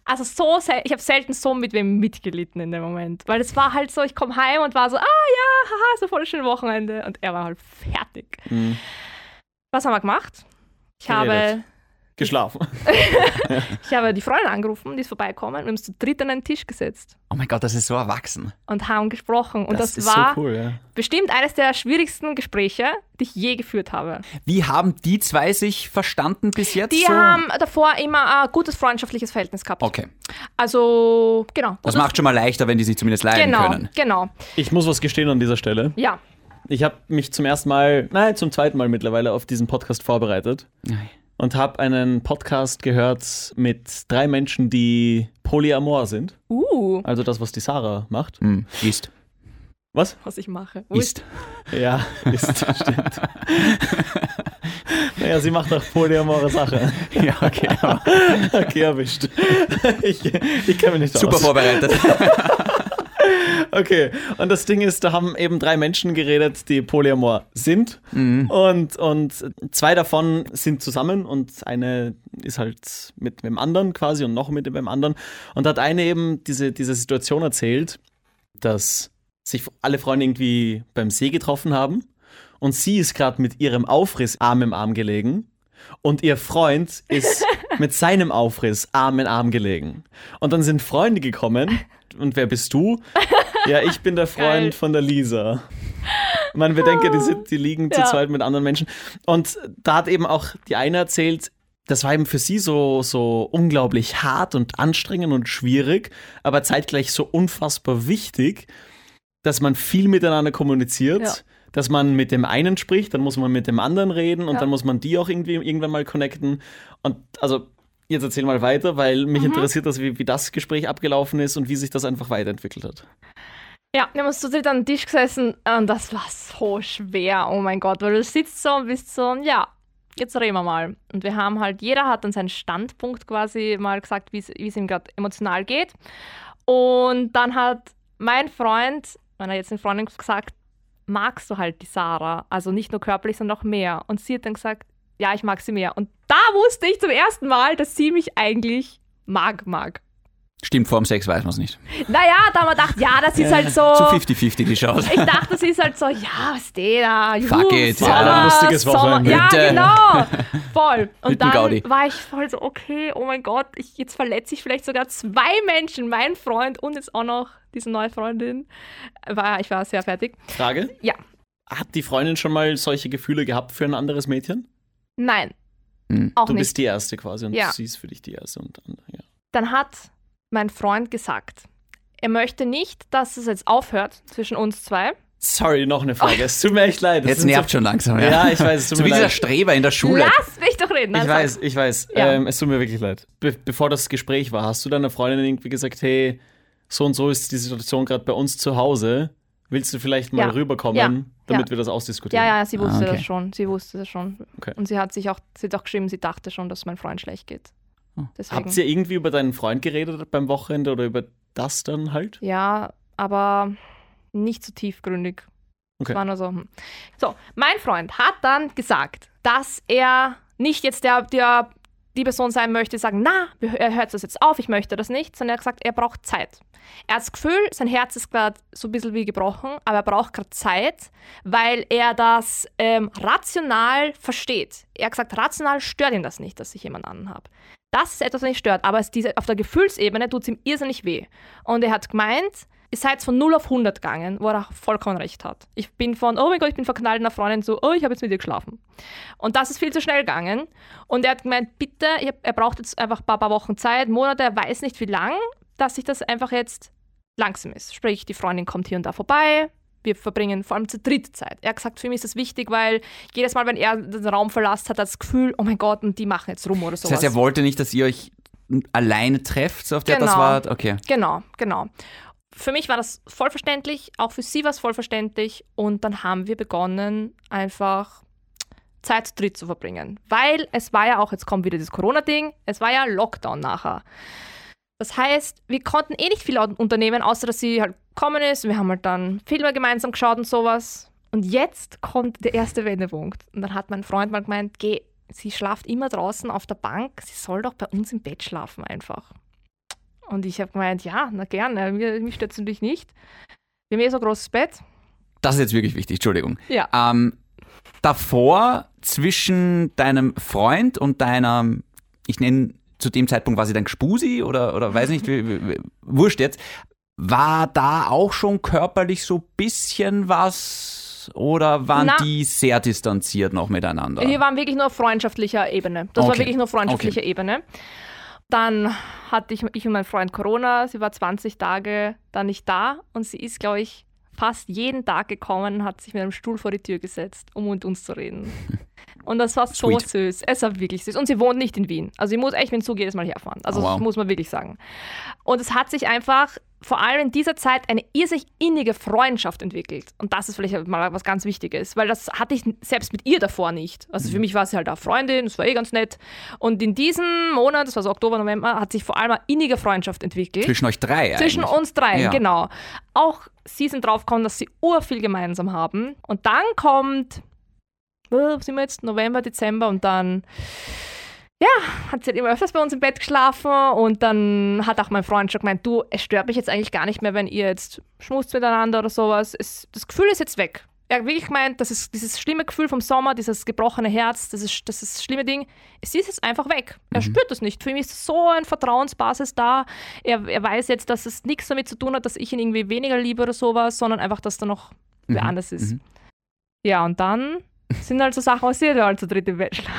B: also so, sel- ich habe selten so mit wem mitgelitten in dem Moment, weil es war halt so, ich komme heim und war so, ah ja, haha, so voll schönes Wochenende und er war halt fertig.
A: Mhm.
B: Was haben wir gemacht? Ich habe
A: Geredet. Geschlafen.
B: Ich habe die Freundin angerufen, die ist vorbeigekommen. Wir haben uns zu dritt an einen Tisch gesetzt
C: Oh mein Gott, das ist so erwachsen.
B: und haben gesprochen. Und das,
A: ist
B: war
A: so cool, ja.
B: bestimmt eines der schwierigsten Gespräche, die ich je geführt habe.
C: Wie haben die zwei sich verstanden bis jetzt?
B: Die
C: so?
B: haben davor immer ein gutes freundschaftliches Verhältnis gehabt.
C: Okay,
B: Also, genau.
C: das
B: Gutes-
C: macht schon mal leichter, wenn die sich zumindest leiden
B: Genau,
C: können.
B: genau.
A: Ich muss was gestehen an dieser Stelle.
B: Ja.
A: Ich habe mich zum ersten Mal, nein, zum zweiten Mal mittlerweile auf diesen Podcast vorbereitet. Und habe einen Podcast gehört mit drei Menschen, die polyamor sind.
B: Uh,
A: Also das, was die Sarah macht.
B: Mhm.
C: Hm, ist.
A: Was?
B: was ich mache. Wo
C: Ist. [LAUGHS]
B: [LAUGHS]
A: Ja, ist, stimmt. naja, sie macht auch polyamore Sache.
C: Ja, okay. aber
A: Okay, erwischt. [LAUGHS] Ich, ich kenne mich nicht
C: Super
A: aus.
C: vorbereitet.
A: Okay, und das Ding ist, da haben eben drei Menschen geredet, die polyamor sind. Und, und zwei davon sind zusammen und eine ist halt mit dem anderen quasi und noch mit dem anderen. Und da hat eine eben diese, diese Situation erzählt, dass sich alle Freunde irgendwie beim See getroffen haben. Und sie ist gerade mit ihrem Aufriss Arm im Arm gelegen. Und ihr Freund
B: [LAUGHS]
A: ist mit seinem Aufriss Arm in Arm gelegen. Und dann sind Freunde gekommen. Und wer bist du? Ja, ich
B: [LAUGHS]
A: bin der Freund
B: Geil.
A: von der Lisa. Man bedenke, die, sind, die liegen zu
B: Ja.
A: zweit mit anderen Menschen. Und da hat eben auch die eine erzählt, das war eben für sie so, so unglaublich hart und anstrengend und schwierig, aber zeitgleich so unfassbar wichtig, dass man viel miteinander kommuniziert,
B: Ja.
A: dass man mit dem einen spricht, dann muss man mit dem anderen reden und
B: Ja.
A: dann muss man die auch irgendwie irgendwann mal connecten. Und also jetzt erzähl mal weiter, weil
B: Mhm.
A: mich interessiert das, wie, wie das Gespräch abgelaufen ist und wie sich das einfach weiterentwickelt hat.
B: Ja, wir haben uns zu dritt an den Tisch gesessen und das war so schwer, oh mein Gott, weil du sitzt so und bist so, ja, jetzt reden wir mal. Und wir haben halt, jeder hat dann seinen Standpunkt quasi mal gesagt, wie es wie es ihm gerade emotional geht. Und dann hat mein Freund, meiner jetzigen Freundin, gesagt, magst du halt die Sarah, also nicht nur körperlich, sondern auch mehr. Und sie hat dann gesagt, ja, ich mag sie mehr. Und da wusste ich zum ersten Mal, dass sie mich eigentlich mag, mag.
C: [LAUGHS] Stimmt, vor dem Sex weiß man es nicht.
B: Naja, da haben wir gedacht, ja, das ist halt
C: Zu
B: so.
C: 50-50 die Chance.
B: Ich dachte, das ist halt so, ja, was der da? juhu,
C: Fuck it,
B: Sommer,
C: ja,
A: ein lustiges
B: Sommer.
A: Wochenende.
B: Ja,
C: Bitte.
B: genau. Voll.
C: [LAUGHS]
B: Und dann
C: Hüttengaudi.
B: war ich voll so, okay, oh mein Gott, ich, jetzt verletze ich vielleicht sogar zwei Menschen, meinen Freund und jetzt auch noch diese neue Freundin. War, ich war sehr fertig.
A: Frage?
B: Ja.
A: Hat die Freundin schon mal solche Gefühle gehabt für ein anderes Mädchen?
B: Nein,
C: Hm.
B: auch
A: du
B: nicht.
A: bist die Erste quasi und
B: Ja.
A: sie ist für dich die Erste. Und andere, ja.
B: Dann hat mein Freund gesagt, er möchte nicht, dass es jetzt aufhört zwischen uns zwei.
A: Sorry, noch eine
B: [LAUGHS]
A: Frage. Es tut mir echt leid. Das
C: Jetzt
A: sind
C: nervt
A: so,
C: schon langsam. Ja,
A: Ja, ich weiß, es tut
C: So
A: mir
C: wie dieser
A: leid.
C: Streber in der Schule.
B: Lass mich doch reden. Nein,
A: Ich weiß, ich weiß.
B: Ja.
A: Ähm, es tut mir wirklich leid. Be bevor das Gespräch war, hast du deiner Freundin irgendwie gesagt, hey, so und so ist die Situation gerade bei uns zu Hause. Willst du vielleicht mal
B: Ja.
A: rüberkommen,
B: Ja.
A: damit
B: Ja.
A: wir das ausdiskutieren?
B: Ja, ja, sie wusste
C: Ah, okay.
B: das schon. Sie wusste das schon.
A: Okay.
B: Und sie hat sich auch, sie hat auch geschrieben, sie dachte schon, dass mein Freund schlecht geht.
C: Ah.
B: Deswegen.
A: Habt ihr irgendwie über deinen Freund geredet beim Wochenende oder über das dann halt?
B: ja, aber nicht so tiefgründig.
A: Okay.
B: Es war nur so. Hm. So, mein Freund hat dann gesagt, dass er nicht jetzt der, der die Person sein möchte, sagen, na, wir- er hört das jetzt auf, ich möchte das nicht, sondern er hat gesagt, er braucht Zeit. Er hat das Gefühl, sein Herz ist gerade so ein bisschen wie gebrochen, aber er braucht gerade Zeit, weil er das ähm, rational versteht. Er hat gesagt, rational stört ihn das nicht, dass ich jemanden anhabe. Das ist etwas, was ihn stört, aber es diese, auf der Gefühlsebene tut es ihm irrsinnig weh. Und er hat gemeint, ihr seid von 0 auf 100 gegangen, wo er auch vollkommen recht hat. Ich bin von, oh mein Gott, ich bin verknallt in einer Freundin, zu, oh, ich habe jetzt mit ihr geschlafen. Und das ist viel zu schnell gegangen. Und er hat gemeint, bitte, ich hab, er braucht jetzt einfach ein paar, paar Wochen Zeit, Monate, er weiß nicht wie lang, dass sich das einfach jetzt langsam ist. Sprich, die Freundin kommt hier und da vorbei. Wir verbringen vor allem zu dritt Zeit. Er hat gesagt, für ihn ist das wichtig, weil jedes Mal, wenn er den Raum verlässt, hat er das Gefühl, oh mein Gott, und die machen jetzt rum oder
C: Das
B: sowas.
C: heißt, er wollte nicht, dass ihr euch alleine trefft, so auf der das
B: Genau.
C: war. Okay.
B: Genau, genau. Für mich war das voll verständlich, auch für sie war es voll verständlich und dann haben wir begonnen, einfach Zeit zu dritt zu verbringen. Weil es war ja auch, jetzt kommt wieder dieses Corona-Ding, es war ja Lockdown nachher. Das heißt, wir konnten eh nicht viel unternehmen, außer dass sie halt gekommen ist. Wir haben halt dann Filme gemeinsam geschaut und sowas. Und jetzt kommt der erste Wendepunkt. Und dann hat mein Freund mal gemeint, geh, sie schlaft immer draußen auf der Bank, sie soll doch bei uns im Bett schlafen einfach. Und ich habe gemeint, ja, na gerne, mir, mich stört es natürlich nicht. Wir haben eh so ein großes Bett.
C: Das ist jetzt wirklich wichtig, Entschuldigung.
B: Ja.
C: Ähm, davor, zwischen deinem Freund und deiner, ich nenne zu dem Zeitpunkt war sie dein Gspusi oder, oder weiß nicht,
B: Mhm.
C: wie, wie, wie, wurscht jetzt, war da auch schon körperlich so ein bisschen was oder waren
B: Na.
C: die sehr distanziert noch miteinander?
B: Wir waren wirklich nur auf freundschaftlicher Ebene. Das war
C: Okay.
B: wirklich nur freundschaftliche Ebene. Dann hatte ich, ich und mein Freund Corona. Sie war 20 Tage da nicht da und sie ist, glaube ich, fast jeden Tag gekommen und hat sich mit einem Stuhl vor die Tür gesetzt, um mit uns zu
C: [LAUGHS]
B: reden. Und das war so
C: Sweet.
B: süß. Es war wirklich süß. Und sie wohnt nicht in Wien. Also sie muss echt mit dem Zug jedes Mal herfahren. Also
C: Oh, wow.
B: das muss man wirklich sagen. Und es hat sich einfach vor allem in dieser Zeit eine irrsinnig innige Freundschaft entwickelt. Und das ist vielleicht mal was ganz Wichtiges, weil das hatte ich selbst mit ihr davor nicht. Also für mich war sie halt eine Freundin, das war eh ganz nett. Und in diesem Monat, das war so Oktober, November, hat sich vor allem eine innige Freundschaft entwickelt.
C: zwischen euch drei
B: Zwischen
C: eigentlich.
B: uns dreien,
C: Ja.
B: genau. Auch sie sind draufgekommen, dass sie urviel gemeinsam haben. Und dann kommt, äh, wo sind wir jetzt, November, Dezember und dann, ja, hat sie halt immer öfters bei uns im Bett geschlafen und dann hat auch mein Freund schon gemeint, du, es stört mich jetzt eigentlich gar nicht mehr, wenn ihr jetzt schmust miteinander oder sowas. Es, das Gefühl ist jetzt weg. Er hat wirklich gemeint, das ist dieses schlimme Gefühl vom Sommer, dieses gebrochene Herz, das ist das, ist das schlimme Ding. Es ist jetzt einfach weg. Er
C: Mhm.
B: spürt das nicht. Für ihn ist so ein Vertrauensbasis da. Er, er weiß jetzt, dass es nichts damit zu tun hat, dass ich ihn irgendwie weniger liebe oder sowas, sondern einfach, dass da noch wer
C: Mhm,
B: anders ist.
C: mhm.
B: Ja, und dann sind halt so Sachen passiert, weil er halt zu dritt im Bett schlaft.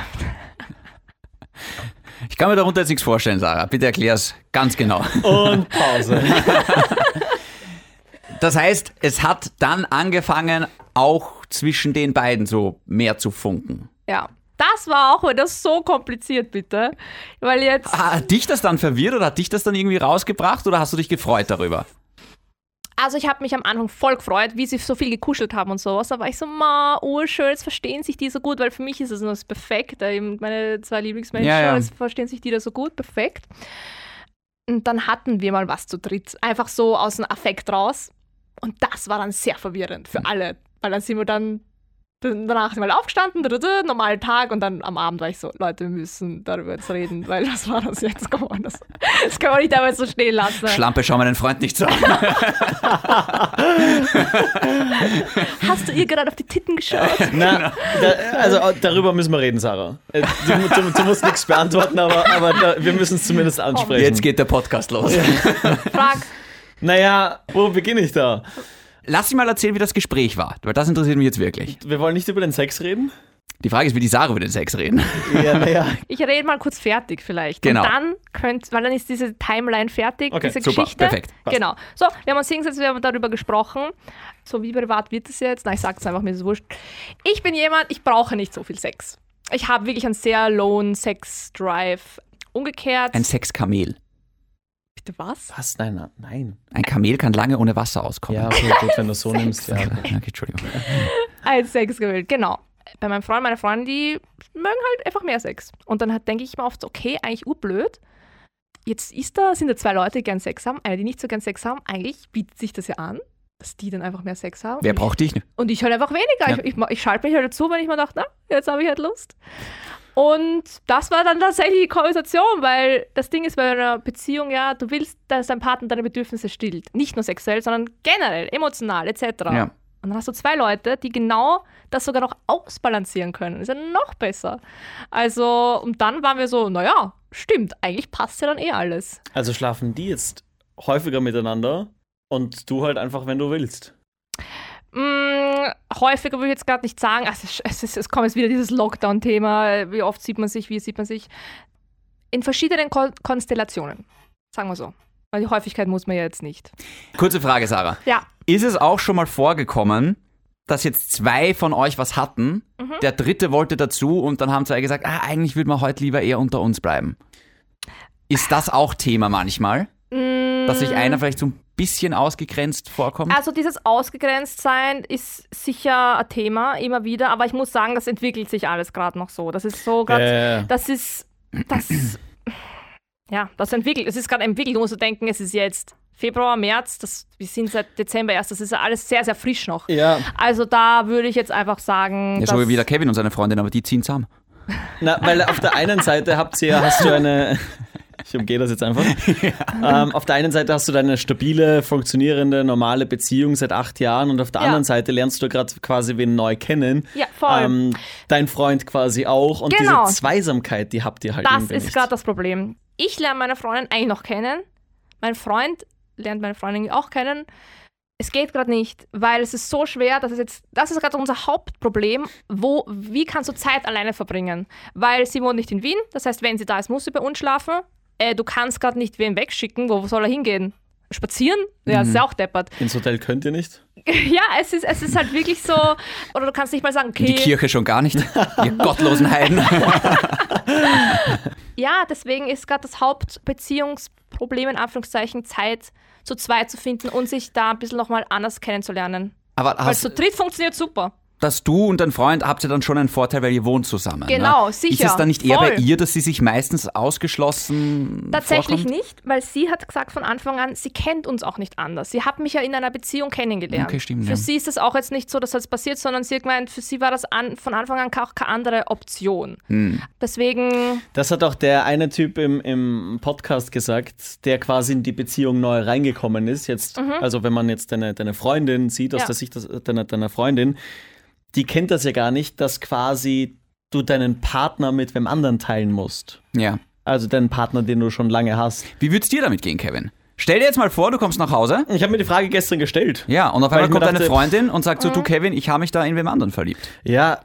C: Ich kann mir darunter jetzt nichts vorstellen, Sarah. Bitte erklär's
B: [LAUGHS]
C: ganz genau.
A: Und Pause.
C: Das heißt, es hat dann angefangen, auch zwischen den beiden so mehr zu funken.
B: Ja. Das war auch wieder so kompliziert, bitte. Weil
C: [LAUGHS]
B: jetzt.
C: Ah, Hat dich das dann verwirrt oder hat dich das dann irgendwie rausgebracht oder hast du dich gefreut darüber?
B: Also ich habe mich am Anfang voll gefreut, wie sie so viel gekuschelt haben und sowas. Da war ich so, ma, urschön, jetzt verstehen sich die so gut, weil für mich ist es nur das Perfekte. Eben meine zwei Lieblingsmenschen,
C: Ja, ja.
B: jetzt verstehen sich die da so gut, perfekt. Und dann hatten wir mal was zu dritt. Einfach so aus dem Affekt raus. Und das war dann sehr verwirrend für alle. Weil dann sind wir dann Dann- Danach sind wir halt aufgestanden, drrrr, normalen Tag und dann am Abend war ich so, Leute, wir müssen darüber jetzt reden, weil das war das jetzt geworden. Das, das können wir nicht damals so stehen lassen.
C: Schlampe, schau meinen Freund nicht so an.
B: Hast du ihr gerade auf die Titten geschaut?
A: [LAUGHS] Na, da, also äh, darüber müssen wir reden, Sarah. Äh, Du, du, du musst nichts beantworten, aber, aber da, wir müssen es zumindest ansprechen.
C: Jetzt geht der Podcast los.
B: Frag.
A: Naja, wo beginne ich da?
C: Lass mich mal erzählen, wie das Gespräch war, weil das interessiert mich jetzt wirklich.
A: Wir wollen nicht über den Sex reden?
C: Die Frage ist, will die Sarah über den Sex reden?
A: Ja, naja.
B: Ich rede mal kurz fertig vielleicht.
C: Genau.
B: Und dann könnt, weil dann ist diese Timeline fertig,
A: Okay,
B: diese
C: super,
B: Geschichte.
C: perfekt, passt.
B: Genau. So, wir haben uns hingesetzt, wir haben darüber gesprochen. So, wie privat wird es jetzt? Nein, ich sag's einfach, mir ist es wurscht. Ich bin jemand, ich brauche nicht so viel Sex. Ich habe wirklich einen sehr lowen Sex-Drive. Umgekehrt.
C: Ein Sexkamel.
B: Bitte was?
A: Was? Nein, na- nein.
C: Ein Kamel kann lange ohne Wasser auskommen.
A: Ja,
B: [LAUGHS]
A: okay, gut, wenn du so nimmst, ja.
C: Okay, Entschuldigung.
B: Ein Sexgewillt, genau. Bei meinem Freund, meiner Freundin, die mögen halt einfach mehr Sex. Und dann halt, denke ich mir oft, okay, eigentlich urblöd. Jetzt ist da, sind da zwei Leute, die gern Sex haben, eine, die nicht so gern Sex haben. Eigentlich bietet sich das ja an, dass die dann einfach mehr Sex haben.
C: Wer
B: Und ich-
C: braucht dich?
B: Und ich halt einfach weniger.
C: Ja.
B: Ich, ich, ma- ich schalte mich halt dazu, wenn ich mir dachte, na, jetzt habe ich halt Lust. Und das war dann tatsächlich die Konversation, weil das Ding ist bei einer Beziehung, ja, du willst, dass dein Partner deine Bedürfnisse stillt. Nicht nur sexuell, sondern generell, emotional, etc.
C: Ja.
B: Und dann hast du zwei Leute, die genau das sogar noch ausbalancieren können. Ist ja noch besser. Also, und dann waren wir so, naja, stimmt, eigentlich passt ja dann eh alles.
A: Also schlafen die jetzt häufiger miteinander und du halt einfach, wenn du willst.
B: Mm, häufiger würde ich jetzt gerade nicht sagen. Also, es, es, ist- es kommt jetzt wieder dieses Lockdown-Thema. Wie oft sieht man sich, wie sieht man sich? In verschiedenen Kon Konstellationen. Sagen wir so. Weil die Häufigkeit muss man ja jetzt nicht.
C: Kurze Frage, Sarah.
B: Ja,
C: Ist es auch schon mal vorgekommen, dass jetzt zwei von euch was hatten,
B: Mhm.
C: der dritte wollte dazu und dann haben zwei gesagt, ah, eigentlich würde man heute lieber eher unter uns bleiben? Ist das auch Thema manchmal? Dass sich einer vielleicht so ein bisschen ausgegrenzt vorkommt?
B: Mm. also dieses Ausgegrenztsein ist sicher ein Thema, immer wieder. Aber ich muss sagen, das entwickelt sich alles gerade noch so. Das ist so gerade.
A: Äh,
B: Das ist. Das. ja, das entwickelt. Es ist gerade entwickelt. Du musst dir denken, es ist jetzt Februar, März. Das, wir sind seit Dezember erst. Das ist ja alles sehr, sehr frisch noch.
A: ja,
B: Also da würde ich jetzt einfach sagen,
C: ja,
B: dass,
C: so wie der Kevin und seine Freundin, aber die ziehen zusammen.
A: na, weil auf der einen Seite habt ihr, hast du eine. [LAUGHS] Ich umgehe das jetzt
B: [LAUGHS]
A: einfach. Ähm, auf der einen Seite hast du deine stabile, funktionierende, normale Beziehung seit acht Jahren und auf der
B: Ja.
A: anderen Seite lernst du gerade quasi wen neu kennen.
B: Ja, voll.
A: Ähm, dein Freund quasi auch und
B: Genau.
A: diese Zweisamkeit, die habt ihr halt
B: das
A: irgendwie
B: ist
A: nicht.
B: gerade das Problem. Ich lerne meine Freundin eigentlich noch kennen. Mein Freund lernt meine Freundin auch kennen. Es geht gerade nicht, weil es ist so schwer, dass es jetzt, das ist gerade unser Hauptproblem, wo, wie kannst du Zeit alleine verbringen? Weil sie wohnt nicht in Wien, das heißt, wenn sie da ist, muss sie bei uns schlafen. Äh, du kannst gerade nicht wen wegschicken, wo soll er hingehen? Spazieren? Ja, das ist ja auch deppert. [LAUGHS]
A: Ins Hotel könnt ihr nicht.
B: Ja, es ist, es ist halt wirklich so, oder du kannst nicht mal sagen, okay.
C: Die Kirche schon
B: [LAUGHS]
C: gar nicht. Ihr gottlosen Heiden.
B: Ja, deswegen ist gerade das Hauptbeziehungsproblem, in Anführungszeichen, Zeit zu zweit zu finden und sich da ein bisschen nochmal anders kennenzulernen.
C: Aber
B: Weil
C: hast,
B: zu dritt funktioniert super.
C: dass du und dein Freund habt ihr dann schon einen Vorteil, weil ihr wohnt zusammen.
B: Genau,
C: ne?
B: sicher.
C: Ist es dann nicht eher bei
B: Voll.
C: ihr, dass sie sich meistens ausgeschlossen
B: Tatsächlich
C: Hm, vorkommt?
B: nicht, weil sie hat gesagt von Anfang an, sie kennt uns auch nicht anders. Sie hat mich ja in einer Beziehung kennengelernt.
C: Okay, stimmt,
B: für
C: ja.
B: sie ist es auch jetzt nicht so, dass das passiert, sondern sie hat gemeint, für sie war das an, von Anfang an auch keine andere Option.
C: Hm.
B: Deswegen,
A: Das hat auch der eine Typ im, im Podcast gesagt, der quasi in die Beziehung neu reingekommen ist. Jetzt, also wenn man jetzt deine, deine Freundin sieht, aus
B: Ja.
A: der Sicht des- deiner, deiner Freundin, die kennt das ja gar nicht, dass quasi du deinen Partner mit wem anderen teilen musst.
C: Ja.
A: Also deinen Partner, den du schon lange hast.
C: Wie würd's dir damit gehen, Kevin? Stell dir jetzt mal vor, du kommst nach Hause.
A: Ich habe mir die Frage gestern gestellt.
C: Ja, und auf
A: Weil
C: einmal
A: ich mir
C: kommt deine
A: dachte- Äh.
C: Freundin und sagt so, du Kevin, ich habe mich da in wem anderen verliebt.
A: Ja,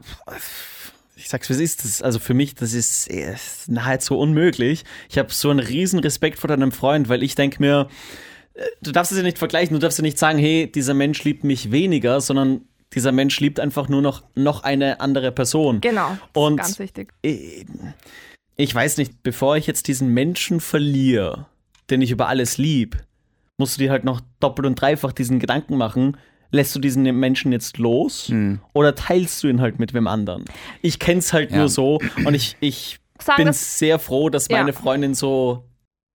A: ich sag's, wie es ist. Das, also für mich, das ist äh, nahezu unmöglich. Ich habe so einen riesen Respekt vor deinem Freund, weil ich denke mir, äh, du darfst es ja nicht vergleichen, du darfst ja nicht sagen, hey, dieser Mensch liebt mich weniger, sondern dieser Mensch liebt einfach nur noch, noch eine andere Person.
B: genau, das ist
A: Und-
B: ganz wichtig.
A: Äh, Ich weiß nicht, bevor ich jetzt diesen Menschen verliere, den ich über alles lieb, musst du dir halt noch doppelt und dreifach diesen Gedanken machen. Lässt du diesen Menschen jetzt los oder teilst du ihn halt mit wem anderen? Ich kenn's halt
C: Ja.
A: nur so und ich, ich
B: Sagen
A: bin
B: das-
A: sehr froh, dass
B: Ja.
A: meine Freundin so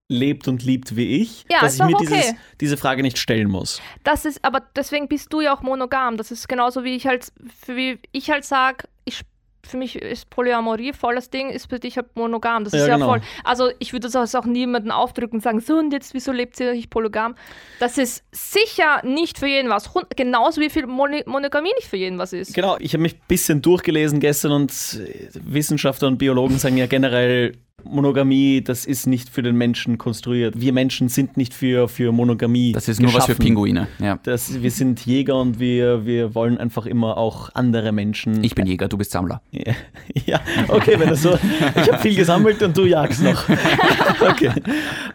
A: lebt und liebt wie ich,
B: Ja,
A: dass
B: ist
A: ich mir
B: doch okay.
A: dieses, diese Frage nicht stellen muss.
B: Das ist, aber deswegen bist du ja auch monogam. Das ist genauso wie ich halt, für wie ich halt sage, ich, für mich ist Polyamorie voll das Ding, ist für dich halt monogam. Das
A: Ja,
B: ist ja
A: genau.
B: voll. Also ich würde das auch niemandem aufdrücken und sagen, so und jetzt, wieso lebt ihr nicht polygam? Das ist sicher nicht für jeden was. Hun- Genauso wie viel Moni- Monogamie nicht für jeden was ist.
A: Genau, ich habe mich ein bisschen durchgelesen gestern und äh, Wissenschaftler und Biologen sagen ja generell, Monogamie, das ist nicht für den Menschen konstruiert. Wir Menschen sind nicht für, für Monogamie.
C: Das ist nur was für
A: geschaffen.
C: Pinguine. Ja.
A: Das, wir sind Jäger und wir, wir wollen einfach immer auch andere Menschen.
C: Ich bin Jäger, du bist Sammler.
A: Ja, [LAUGHS] ja, okay, wenn das so. Ich habe viel gesammelt und du jagst noch. [LAUGHS] Okay.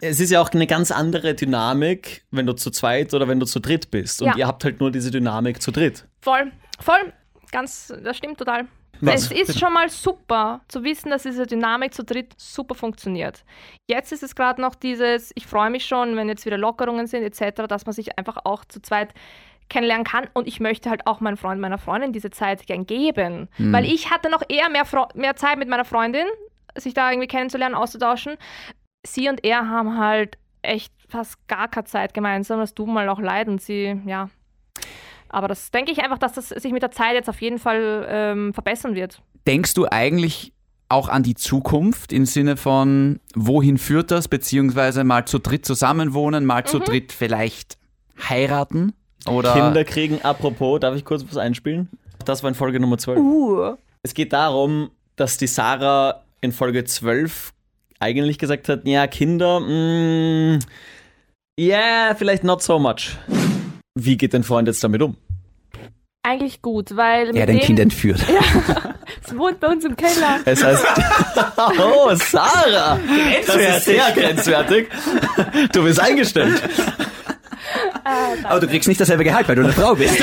A: Es ist ja auch eine ganz andere Dynamik, wenn du zu zweit oder wenn du zu dritt bist. Und
B: Ja.
A: ihr habt halt nur diese Dynamik zu dritt.
B: Voll, voll, ganz, das stimmt total.
A: Was?
B: Es ist schon mal super zu wissen, dass diese Dynamik zu dritt super funktioniert. Jetzt ist es gerade noch dieses, ich freue mich schon, wenn jetzt wieder Lockerungen sind etc., dass man sich einfach auch zu zweit kennenlernen kann und ich möchte halt auch meinem Freund, meiner Freundin diese Zeit gern geben, weil ich hatte noch eher mehr, Fre mehr Zeit mit meiner Freundin, sich da irgendwie kennenzulernen, auszutauschen. Sie und er haben halt echt fast gar keine Zeit gemeinsam, das tut mal auch leid und sie, ja, aber das denke ich einfach, dass das sich mit der Zeit jetzt auf jeden Fall ähm, verbessern wird.
C: Denkst du eigentlich auch an die Zukunft im Sinne von, wohin führt das, beziehungsweise mal zu dritt zusammenwohnen, mal zu dritt vielleicht heiraten? Oder
A: Mhm. Kinder kriegen, apropos, darf ich kurz was einspielen? Das war in Folge Nummer 12.
B: Uh.
A: Es geht darum, dass die Sarah in Folge 12 eigentlich gesagt hat, ja, Kinder, mm, yeah, vielleicht not so much. Wie geht dein Freund jetzt damit um?
B: Eigentlich gut, weil mit
C: er den
B: dem-
C: Kind entführt.
B: es wohnt bei uns im Keller.
A: Es [LAUGHS] heißt, oh, Sarah, das ist sehr grenzwertig. Du bist eingestellt.
C: Aber du kriegst nicht dasselbe Gehalt, weil du eine Frau bist.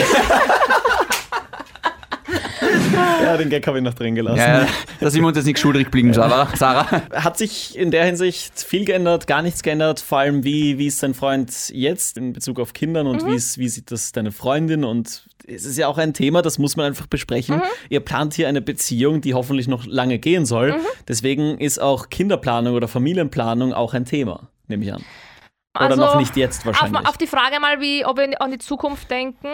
A: Ja, den Gag habe ich noch drin gelassen.
C: ja, ja, dass ich mir uns jetzt nicht schuldig blieben, Sarah. Sarah.
A: Hat sich in der Hinsicht viel geändert, gar nichts geändert? Vor allem, wie, wie ist dein Freund jetzt in Bezug auf Kindern
B: Mhm.
A: und wie, ist, wie sieht das deine Freundin? Und es ist ja auch ein Thema, das muss man einfach
B: Mhm.
A: besprechen. Ihr plant hier eine Beziehung, die hoffentlich noch lange gehen soll.
B: Mhm.
A: Deswegen ist auch Kinderplanung oder Familienplanung auch ein Thema, nehme ich an. Oder
B: Also,
A: noch nicht jetzt
B: Auf,
A: wahrscheinlich.
B: auf die Frage mal, wie, ob wir in- an die Zukunft denken.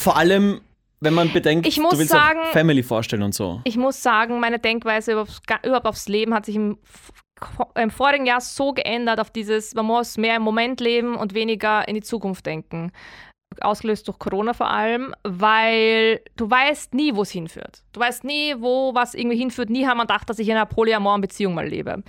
A: Vor allem, wenn man bedenkt,
B: Ich muss
A: du willst
B: sagen-
A: auch Family vorstellen und so.
B: Ich muss sagen, meine Denkweise überhaupt, überhaupt aufs Leben hat sich im, f- im vorigen Jahr so geändert auf dieses, man muss mehr im Moment leben und weniger in die Zukunft denken. Ausgelöst durch Corona vor allem, weil du weißt nie, wo es hinführt. Du weißt nie, wo was irgendwie hinführt. Nie haben wir gedacht, dass ich in einer polyamoren Beziehung mal lebe.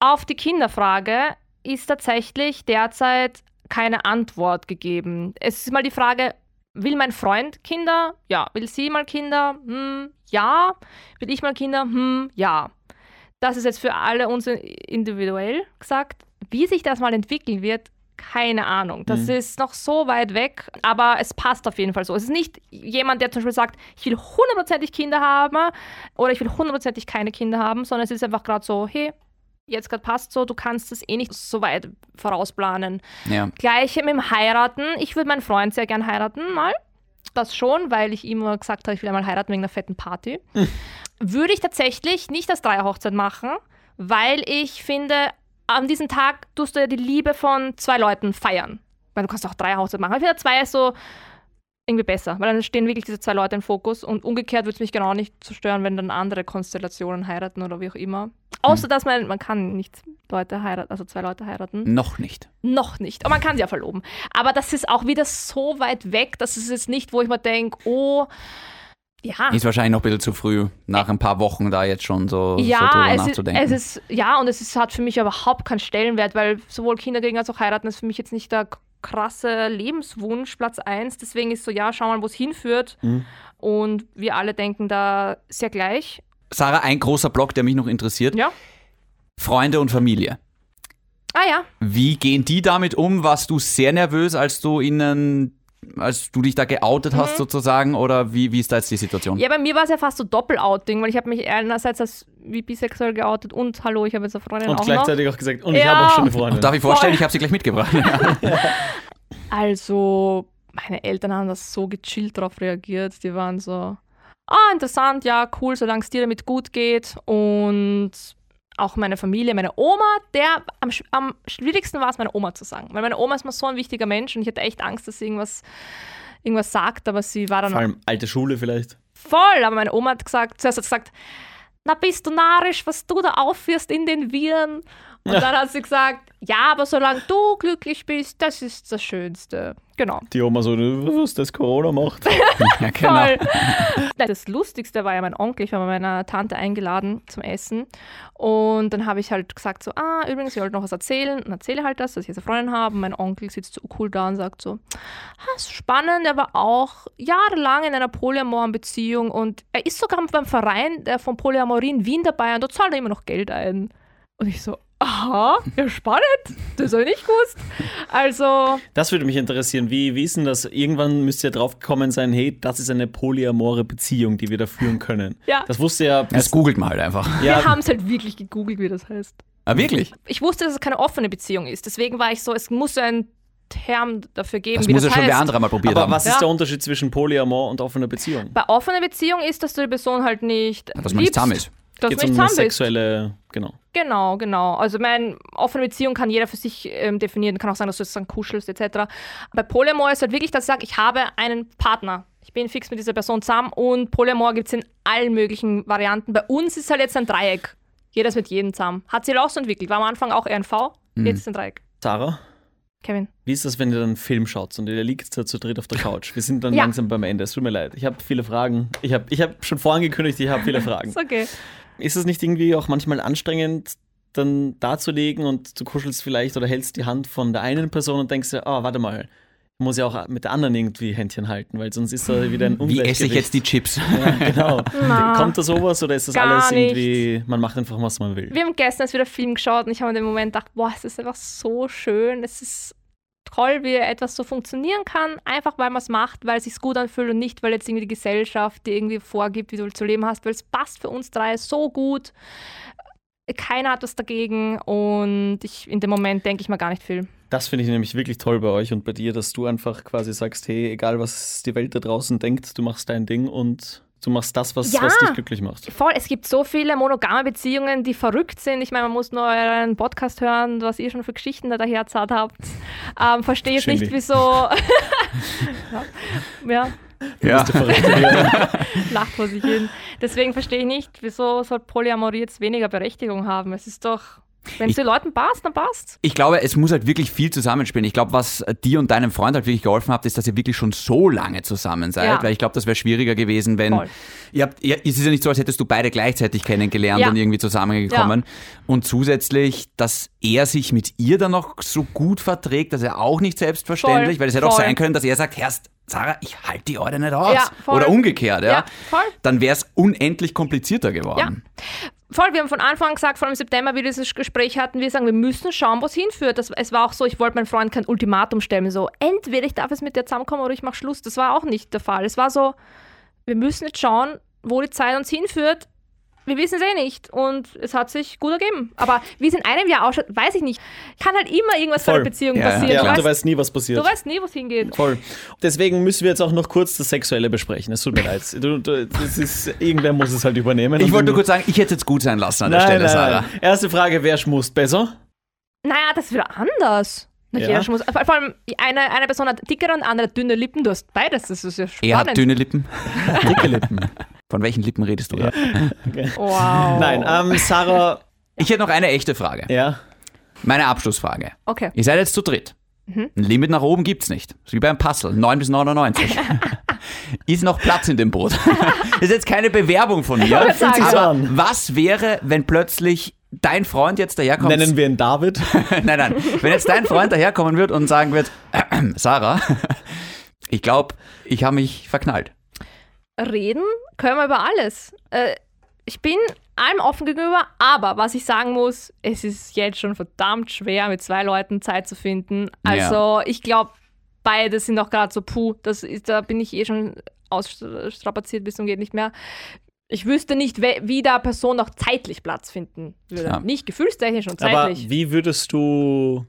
B: Auf die Kinderfrage ist tatsächlich derzeit keine Antwort gegeben. Es ist mal die Frage, will mein Freund Kinder? Ja. Will sie mal Kinder? Hm, ja. Will ich mal Kinder? Hm, ja. Das ist jetzt für alle uns individuell gesagt. Wie sich das mal entwickeln wird, keine Ahnung. Das ist noch so weit weg, aber es passt auf jeden Fall so. Es ist nicht jemand, der zum Beispiel sagt, ich will hundertprozentig Kinder haben oder ich will hundertprozentig keine Kinder haben, sondern es ist einfach gerade so, hey, jetzt gerade passt so, du kannst es eh nicht so weit vorausplanen.
C: Ja.
B: Gleiche mit dem Heiraten. Ich würde meinen Freund sehr gern heiraten, mal. Das schon, weil ich immer gesagt habe, ich will einmal heiraten wegen einer fetten Party. Würde ich tatsächlich nicht als Dreierhochzeit machen, weil ich finde, an diesem Tag tust du ja die Liebe von zwei Leuten feiern. Weil du kannst auch Dreierhochzeit machen. Aber Ich finde, zwei ist so irgendwie besser, weil dann stehen wirklich diese zwei Leute im Fokus und umgekehrt würde es mich genau nicht so stören, wenn dann andere Konstellationen heiraten oder wie auch immer. Außer, dass man, man kann nicht Leute heiraten, also zwei Leute heiraten.
C: Noch nicht.
B: Noch nicht. Aber man kann sie ja verloben. Aber das ist auch wieder so weit weg, dass es jetzt nicht, wo ich mir denke, oh, ja.
C: Ist wahrscheinlich noch ein bisschen zu früh, nach ein paar Wochen da jetzt schon so, so
B: ja,
C: drüber
B: es ist,
C: nachzudenken.
B: es ist, ja, und es ist, hat für mich überhaupt keinen Stellenwert, weil sowohl Kinder kriegen als auch heiraten ist für mich jetzt nicht der k- krasse Lebenswunsch, Platz 1. Deswegen ist so, ja, schau mal, wo es hinführt. Und wir alle denken da sehr gleich.
C: Sarah, ein großer Block, der mich noch interessiert.
B: Ja.
C: Freunde und Familie.
B: Ah ja.
C: Wie gehen die damit um? Warst du sehr nervös, als du ihnen, als du dich da geoutet hast sozusagen? Oder wie, wie ist da jetzt die Situation?
B: Mhm. Ja, bei mir war es ja fast so Doppel-Outing, weil ich habe mich einerseits als wie bisexuell geoutet und hallo, ich habe jetzt eine Freundin
A: Und
B: auch noch.
A: gleichzeitig auch gesagt, und ich
B: Ja.
A: habe auch schon eine
C: Und
A: Freundin.
C: darf ich vorstellen, ich habe sie gleich mitgebracht. [LAUGHS]
B: Also, meine Eltern haben das so gechillt drauf reagiert. Die waren so, ah, interessant, ja, cool, solange es dir damit gut geht. Und auch meine Familie, meine Oma, der am, sch- am schwierigsten war es, meine Oma zu sagen. Weil meine Oma ist mir so ein wichtiger Mensch und ich hatte echt Angst, dass sie irgendwas, irgendwas sagt, aber sie war dann
A: Vor allem alte Schule vielleicht.
B: voll. Aber meine Oma hat gesagt, zuerst hat sie gesagt, na bist du narrisch, was du da aufführst in den Viren. Und dann hat sie gesagt, ja, aber solange du glücklich bist, das ist das Schönste. Genau.
A: Die Oma so, was das Corona macht.
C: Ja, genau. [LAUGHS]
B: Voll. Nein, Das Lustigste war ja mein Onkel, ich war bei meiner Tante eingeladen zum Essen. Und dann habe ich halt gesagt so, ah, übrigens, ich wollte noch was erzählen. Und erzähle halt das, dass ich jetzt eine Freundin habe. Und mein Onkel sitzt so cool da und sagt so, ah, ist spannend, er war auch jahrelang in einer polyamoren Beziehung. Und er ist sogar beim Verein der von Polyamorie in Wien dabei und dort zahlt er immer noch Geld ein. Und ich so, aha, ja spannend, das habe ich nicht gewusst. Also,
A: Das würde mich interessieren. Wie, wie ist denn das? Irgendwann müsst ihr drauf gekommen sein, hey, das ist eine polyamore Beziehung, die wir da führen können.
B: Ja.
A: Das wusste ja.
C: Das googelt man halt einfach.
B: wir
A: ja
B: haben es halt wirklich gegoogelt, wie das heißt.
C: Ah, wirklich?
B: ich wusste, dass es keine offene Beziehung ist. Deswegen war ich so, es muss einen Term dafür geben,
C: Das
B: wie
C: muss ja
B: das
C: schon
B: heißt.
C: der andere mal probiert
A: aber
C: haben.
A: was ist
B: Ja.
A: der Unterschied zwischen Polyamor und offener Beziehung?
B: Bei offener Beziehung ist, dass du die Person halt nicht
C: Dass man nicht
B: liebst,
C: zahm ist.
B: Dass
A: Geht
B: du
A: um
B: nicht
A: eine
B: zahm bist.
A: sexuelle. Genau.
B: Genau, genau. Also meine offene Beziehung kann jeder für sich ähm, definieren. Kann auch sein, dass du jetzt dann kuschelst etc. Bei Polyamor ist halt wirklich, dass ich sage, ich habe einen Partner. Ich bin fix mit dieser Person zusammen und Polyamor gibt es in allen möglichen Varianten. Bei uns ist halt jetzt ein Dreieck. Jeder ist mit jedem zusammen. Hat sich auch so entwickelt. War am Anfang auch eher ein V,
C: Mhm.
B: jetzt ist ein Dreieck.
A: Sarah?
B: Kevin.
A: Wie ist das, wenn ihr dann einen Film schaut und ihr liegt da zu dritt auf der Couch? Wir sind dann
B: Ja.
A: langsam beim Ende. Es tut mir leid. Ich habe viele Fragen. Ich habe ich hab schon vorangekündigt, ich habe
B: [LAUGHS]
A: viele Fragen.
B: Ist okay.
A: Ist es nicht irgendwie auch manchmal anstrengend, dann dazulegen und du kuschelst vielleicht oder hältst die Hand von der einen Person und denkst dir, oh, warte mal, ich muss ja auch mit der anderen irgendwie Händchen halten, weil sonst ist da wieder ein
C: Wie
A: Ungleichgewicht.
C: esse ich jetzt die Chips?
A: [LAUGHS] Ja, genau.
B: Na.
A: Kommt da sowas oder ist das
B: Ah. Gar
A: alles irgendwie, man macht einfach, was man will?
B: Wir haben gestern erst wieder Film geschaut und ich habe in dem Moment gedacht, boah, es ist einfach so schön. Es ist toll, wie etwas so funktionieren kann, einfach weil man es macht, weil es sich gut anfühlt und nicht, weil jetzt irgendwie die Gesellschaft dir irgendwie vorgibt, wie du zu leben hast, weil es passt für uns drei so gut. Keiner hat was dagegen und ich in dem Moment denke ich mal gar nicht viel.
A: Das finde ich nämlich wirklich toll bei euch und bei dir, dass du einfach quasi sagst, hey, egal was die Welt da draußen denkt, du machst dein Ding und du machst das, was,
B: Ja.
A: was dich glücklich macht.
B: Voll, es gibt so viele monogame Beziehungen, die verrückt sind. Ich meine, man muss nur euren Podcast hören, was ihr schon für Geschichten da daherzart habt. Ähm, Verstehe jetzt
A: Schön
B: nicht,
A: wie.
B: wieso. ja. ja,
C: Ja.
B: lacht vor sich hin. Deswegen verstehe ich nicht, wieso soll Polyamorie jetzt weniger Berechtigung haben. Es ist doch, wenn es den Leuten passt, dann passt.
C: Ich glaube, es muss halt wirklich viel zusammenspielen. Ich glaube, was dir und deinem Freund halt wirklich geholfen hat, ist, dass ihr wirklich schon so lange zusammen seid,
B: Ja.
C: weil ich glaube, das wäre schwieriger gewesen, wenn
B: Voll.
C: ihr habt, ihr, es ist ja nicht so, als hättest du beide gleichzeitig kennengelernt
B: Ja.
C: und irgendwie zusammengekommen. Und zusätzlich, dass er sich mit ihr dann noch so gut verträgt, dass er auch nicht selbstverständlich,
B: Voll,
C: weil es hätte auch
B: voll.
C: sein können, dass er sagt, Herrst, Sarah, ich halte die Order nicht aus.
B: Ja, voll.
C: Oder umgekehrt, ja.
B: Ja, voll.
C: Dann wäre es unendlich komplizierter geworden.
B: Voll, wir haben von Anfang an gesagt, vor allem im September, wie wir dieses Gespräch hatten, wir sagen, wir müssen schauen, wo es hinführt. Das, es war auch so, ich wollte meinem Freund kein Ultimatum stellen, so entweder ich darf jetzt mit dir zusammenkommen oder ich mache Schluss. Das war auch nicht der Fall. Es war so, wir müssen jetzt schauen, wo die Zeit uns hinführt. Wir wissen es eh nicht und es hat sich gut ergeben. Aber wie es in einem Jahr ausschaut, weiß ich nicht. Kann halt immer irgendwas bei
A: Voll.
B: einer Beziehung
C: Ja, ja.
B: passieren.
A: Ja, und du
B: du, weißt,
A: Also, weißt nie, was passiert.
B: du weißt nie, wo es hingeht.
A: Voll. Deswegen müssen wir jetzt auch noch kurz das Sexuelle besprechen. Es tut mir leid. Du, du, das ist, irgendwer muss es halt übernehmen.
C: Ich
A: Und
C: wollte
A: wir-
C: nur kurz sagen, ich hätte es jetzt gut sein lassen an der
A: Nein,
C: Stelle,
A: nein,
C: Sarah.
A: nein. Erste Frage, wer schmust besser?
B: Naja, das ist wieder anders. Na,
A: Ja.
B: jeder Schmuss, vor vor allem eine, eine Person hat dickere und andere dünne Lippen. Du hast beides. Das ist ja spannend.
C: Er hat dünne Lippen.
A: Dicke Lippen.
C: Von welchen Lippen redest du da?
B: Wow.
A: Nein, ähm, Sarah,
C: Ich hätte noch eine echte Frage.
A: ja,
C: Meine Abschlussfrage.
B: Okay.
C: Ihr seid jetzt zu dritt.
B: Mhm.
C: Ein Limit nach oben gibt's nicht. Das ist wie beim Puzzle. 9
A: [LAUGHS]
C: bis 99. ist noch Platz in dem Boot.
B: [LAUGHS]
C: das ist jetzt keine Bewerbung von mir.
B: wollte sagen.
C: Aber
A: Fühlt sich so
C: was wäre, wenn plötzlich dein Freund jetzt daherkommt?
A: nennen wir ihn David.
C: nein, nein. Wenn jetzt dein Freund daherkommen wird und sagen wird, [CLEARS THROAT] Sarah, ich glaube, ich habe mich verknallt.
B: Reden können wir über alles. Äh, ich bin allem offen gegenüber, aber was ich sagen muss, es ist jetzt schon verdammt schwer, mit zwei Leuten Zeit zu finden. Also ich glaube, beide sind auch gerade so, puh, das ist, da bin ich eh schon ausstrapaziert bis zum geht nicht mehr. Ich wüsste nicht, we- wie da Person noch zeitlich Platz finden würde.
C: Ja.
B: Nicht gefühlstechnisch und
A: Aber
B: zeitlich.
A: wie würdest du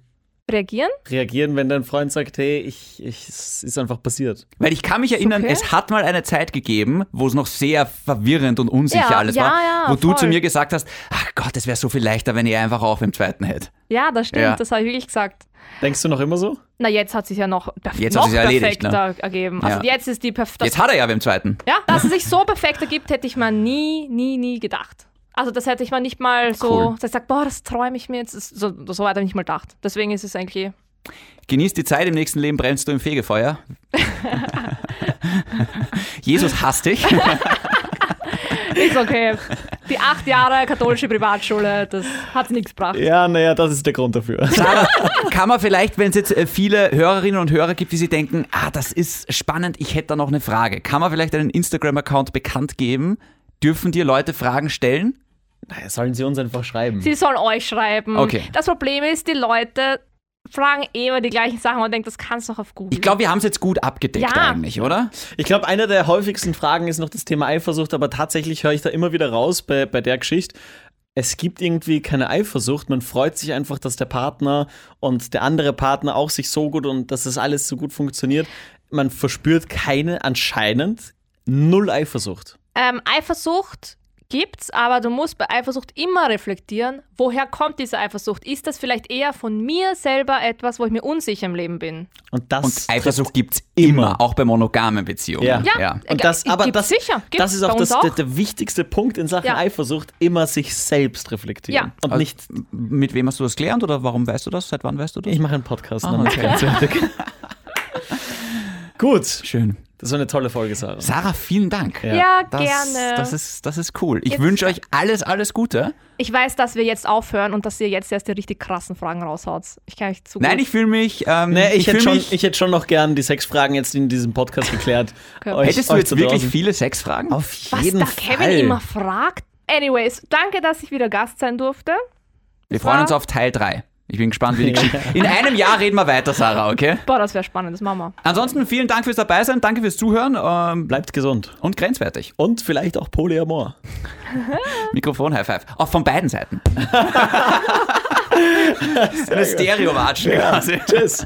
B: reagieren?
A: Reagieren, wenn dein Freund sagt, hey, ich, ich, es ist einfach passiert.
C: Weil ich kann mich erinnern,
B: okay.
C: es hat mal eine Zeit gegeben, wo es noch sehr verwirrend und unsicher
B: Ja,
C: alles
B: ja,
C: war,
B: ja,
C: wo du
B: voll.
C: zu mir gesagt hast, ach Gott, es wäre so viel leichter, wenn ihr einfach auch beim zweiten hättet.
B: Ja, das stimmt,
C: Ja.
B: das habe ich wirklich gesagt.
A: Denkst du noch immer so?
B: Na, jetzt hat sich ja noch, perf
C: Jetzt hat
B: noch
C: sich's ja erledigt, ne?
B: perfekter ergeben. Also
C: Ja.
B: jetzt ist die perf das-
C: Jetzt hat er ja beim zweiten.
B: Ja, dass es sich so perfekt ergibt, hätte ich mal nie, nie, nie gedacht. Also das hätte ich mal nicht mal so,
C: Cool.
B: dass ich sage, boah, das träume ich mir jetzt. Das- So, so weit habe ich nicht mal gedacht. Deswegen ist es eigentlich eh
C: Genieß die Zeit, im nächsten Leben brennst du
B: [LAUGHS]
C: im Fegefeuer. Jesus hasst dich.
B: Ist
C: [LAUGHS]
B: okay. Die acht Jahre katholische Privatschule, das hat nichts gebracht.
A: Ja, naja, das ist der Grund dafür.
C: Sarah, kann man vielleicht, wenn es jetzt äh, viele Hörerinnen und Hörer gibt, die sich denken, ah, das ist spannend, ich hätte da noch eine Frage. Kann man vielleicht einen Instagram-Account bekannt geben? Dürfen dir Leute Fragen stellen?
A: Naja, sollen sie uns einfach schreiben.
B: Sie sollen euch schreiben.
C: Okay.
B: Das Problem ist, die Leute fragen eh immer die gleichen Sachen. Man denkt, das kannst du doch auf Google.
C: Ich glaube, wir haben es jetzt gut abgedeckt
B: Mhm. Ja.
C: eigentlich, oder?
A: Ich glaube, eine der häufigsten Fragen ist noch das Thema Eifersucht, aber tatsächlich höre ich da immer wieder raus bei, bei der Geschichte. Es gibt irgendwie keine Eifersucht. Man freut sich einfach, dass der Partner und der andere Partner auch sich so gut und dass das alles so gut funktioniert. Man verspürt keine anscheinend null Eifersucht.
B: ähm, Eifersucht gibt's, aber du musst bei Eifersucht immer reflektieren, woher kommt diese Eifersucht? Ist das vielleicht eher von mir selber etwas, wo ich mir unsicher im Leben bin?
A: Und das.
C: Und Eifersucht gibt es immer,
A: immer.
C: auch bei monogamen Beziehungen.
A: Ja.
B: Ja.
A: und das, aber
B: Gibt's
A: das,
B: sicher. Gibt's
A: das ist auch,
B: bei uns
A: das, Der,
B: auch.
A: der wichtigste Punkt in Sachen
B: Ja.
A: Eifersucht, immer sich selbst reflektieren.
B: Ja.
A: Und
C: Also,
A: nicht,
C: Mit wem hast du das gelernt oder warum weißt du das? Seit wann weißt du das?
A: ich mache einen Podcast.
C: Ah,
A: dann ist
C: okay.
A: ganz fertig. Gut,
C: [LAUGHS] Schön.
A: Das war eine tolle Folge, Sarah.
C: Sarah, vielen Dank.
A: Ja.
B: Ja,
C: Das,
B: gerne.
C: Das ist, das ist cool. Ich
B: Jetzt-
C: wünsche euch alles, alles Gute.
B: ich weiß, dass wir jetzt aufhören und dass ihr jetzt erst die richtig krassen Fragen raushaut. Ich kann euch zu
C: Nein,
B: gut.
C: ich fühle mich. Ähm,
A: Nee, ich, hätte
C: fühl
A: schon,
C: mich
A: ich hätte schon noch gern die Sexfragen jetzt in diesem Podcast geklärt.
B: [LAUGHS] Okay.
A: Euch-
C: hättest du
A: euch
C: jetzt
A: da
C: wirklich
A: draußen.
C: viele Sexfragen?
A: Auf
B: Was
A: jeden
B: da
A: Fall.
B: Kevin immer fragt. Anyways, danke, dass ich wieder Gast sein durfte.
C: Wir freuen uns auf Teil 3. Ich bin gespannt, wie die Geschichte. In einem Jahr reden wir weiter, Sarah, okay?
B: Boah, das wäre spannend, das machen wir.
C: Ansonsten vielen Dank fürs Dabeisein, danke fürs Zuhören ähm,
A: Bleibt gesund.
C: und grenzwertig.
A: Und vielleicht auch Polyamor.
C: Mikrofon High Five. Auch von beiden Seiten. Eine Stereo-Watschen quasi.
A: [LAUGHS] Tschüss.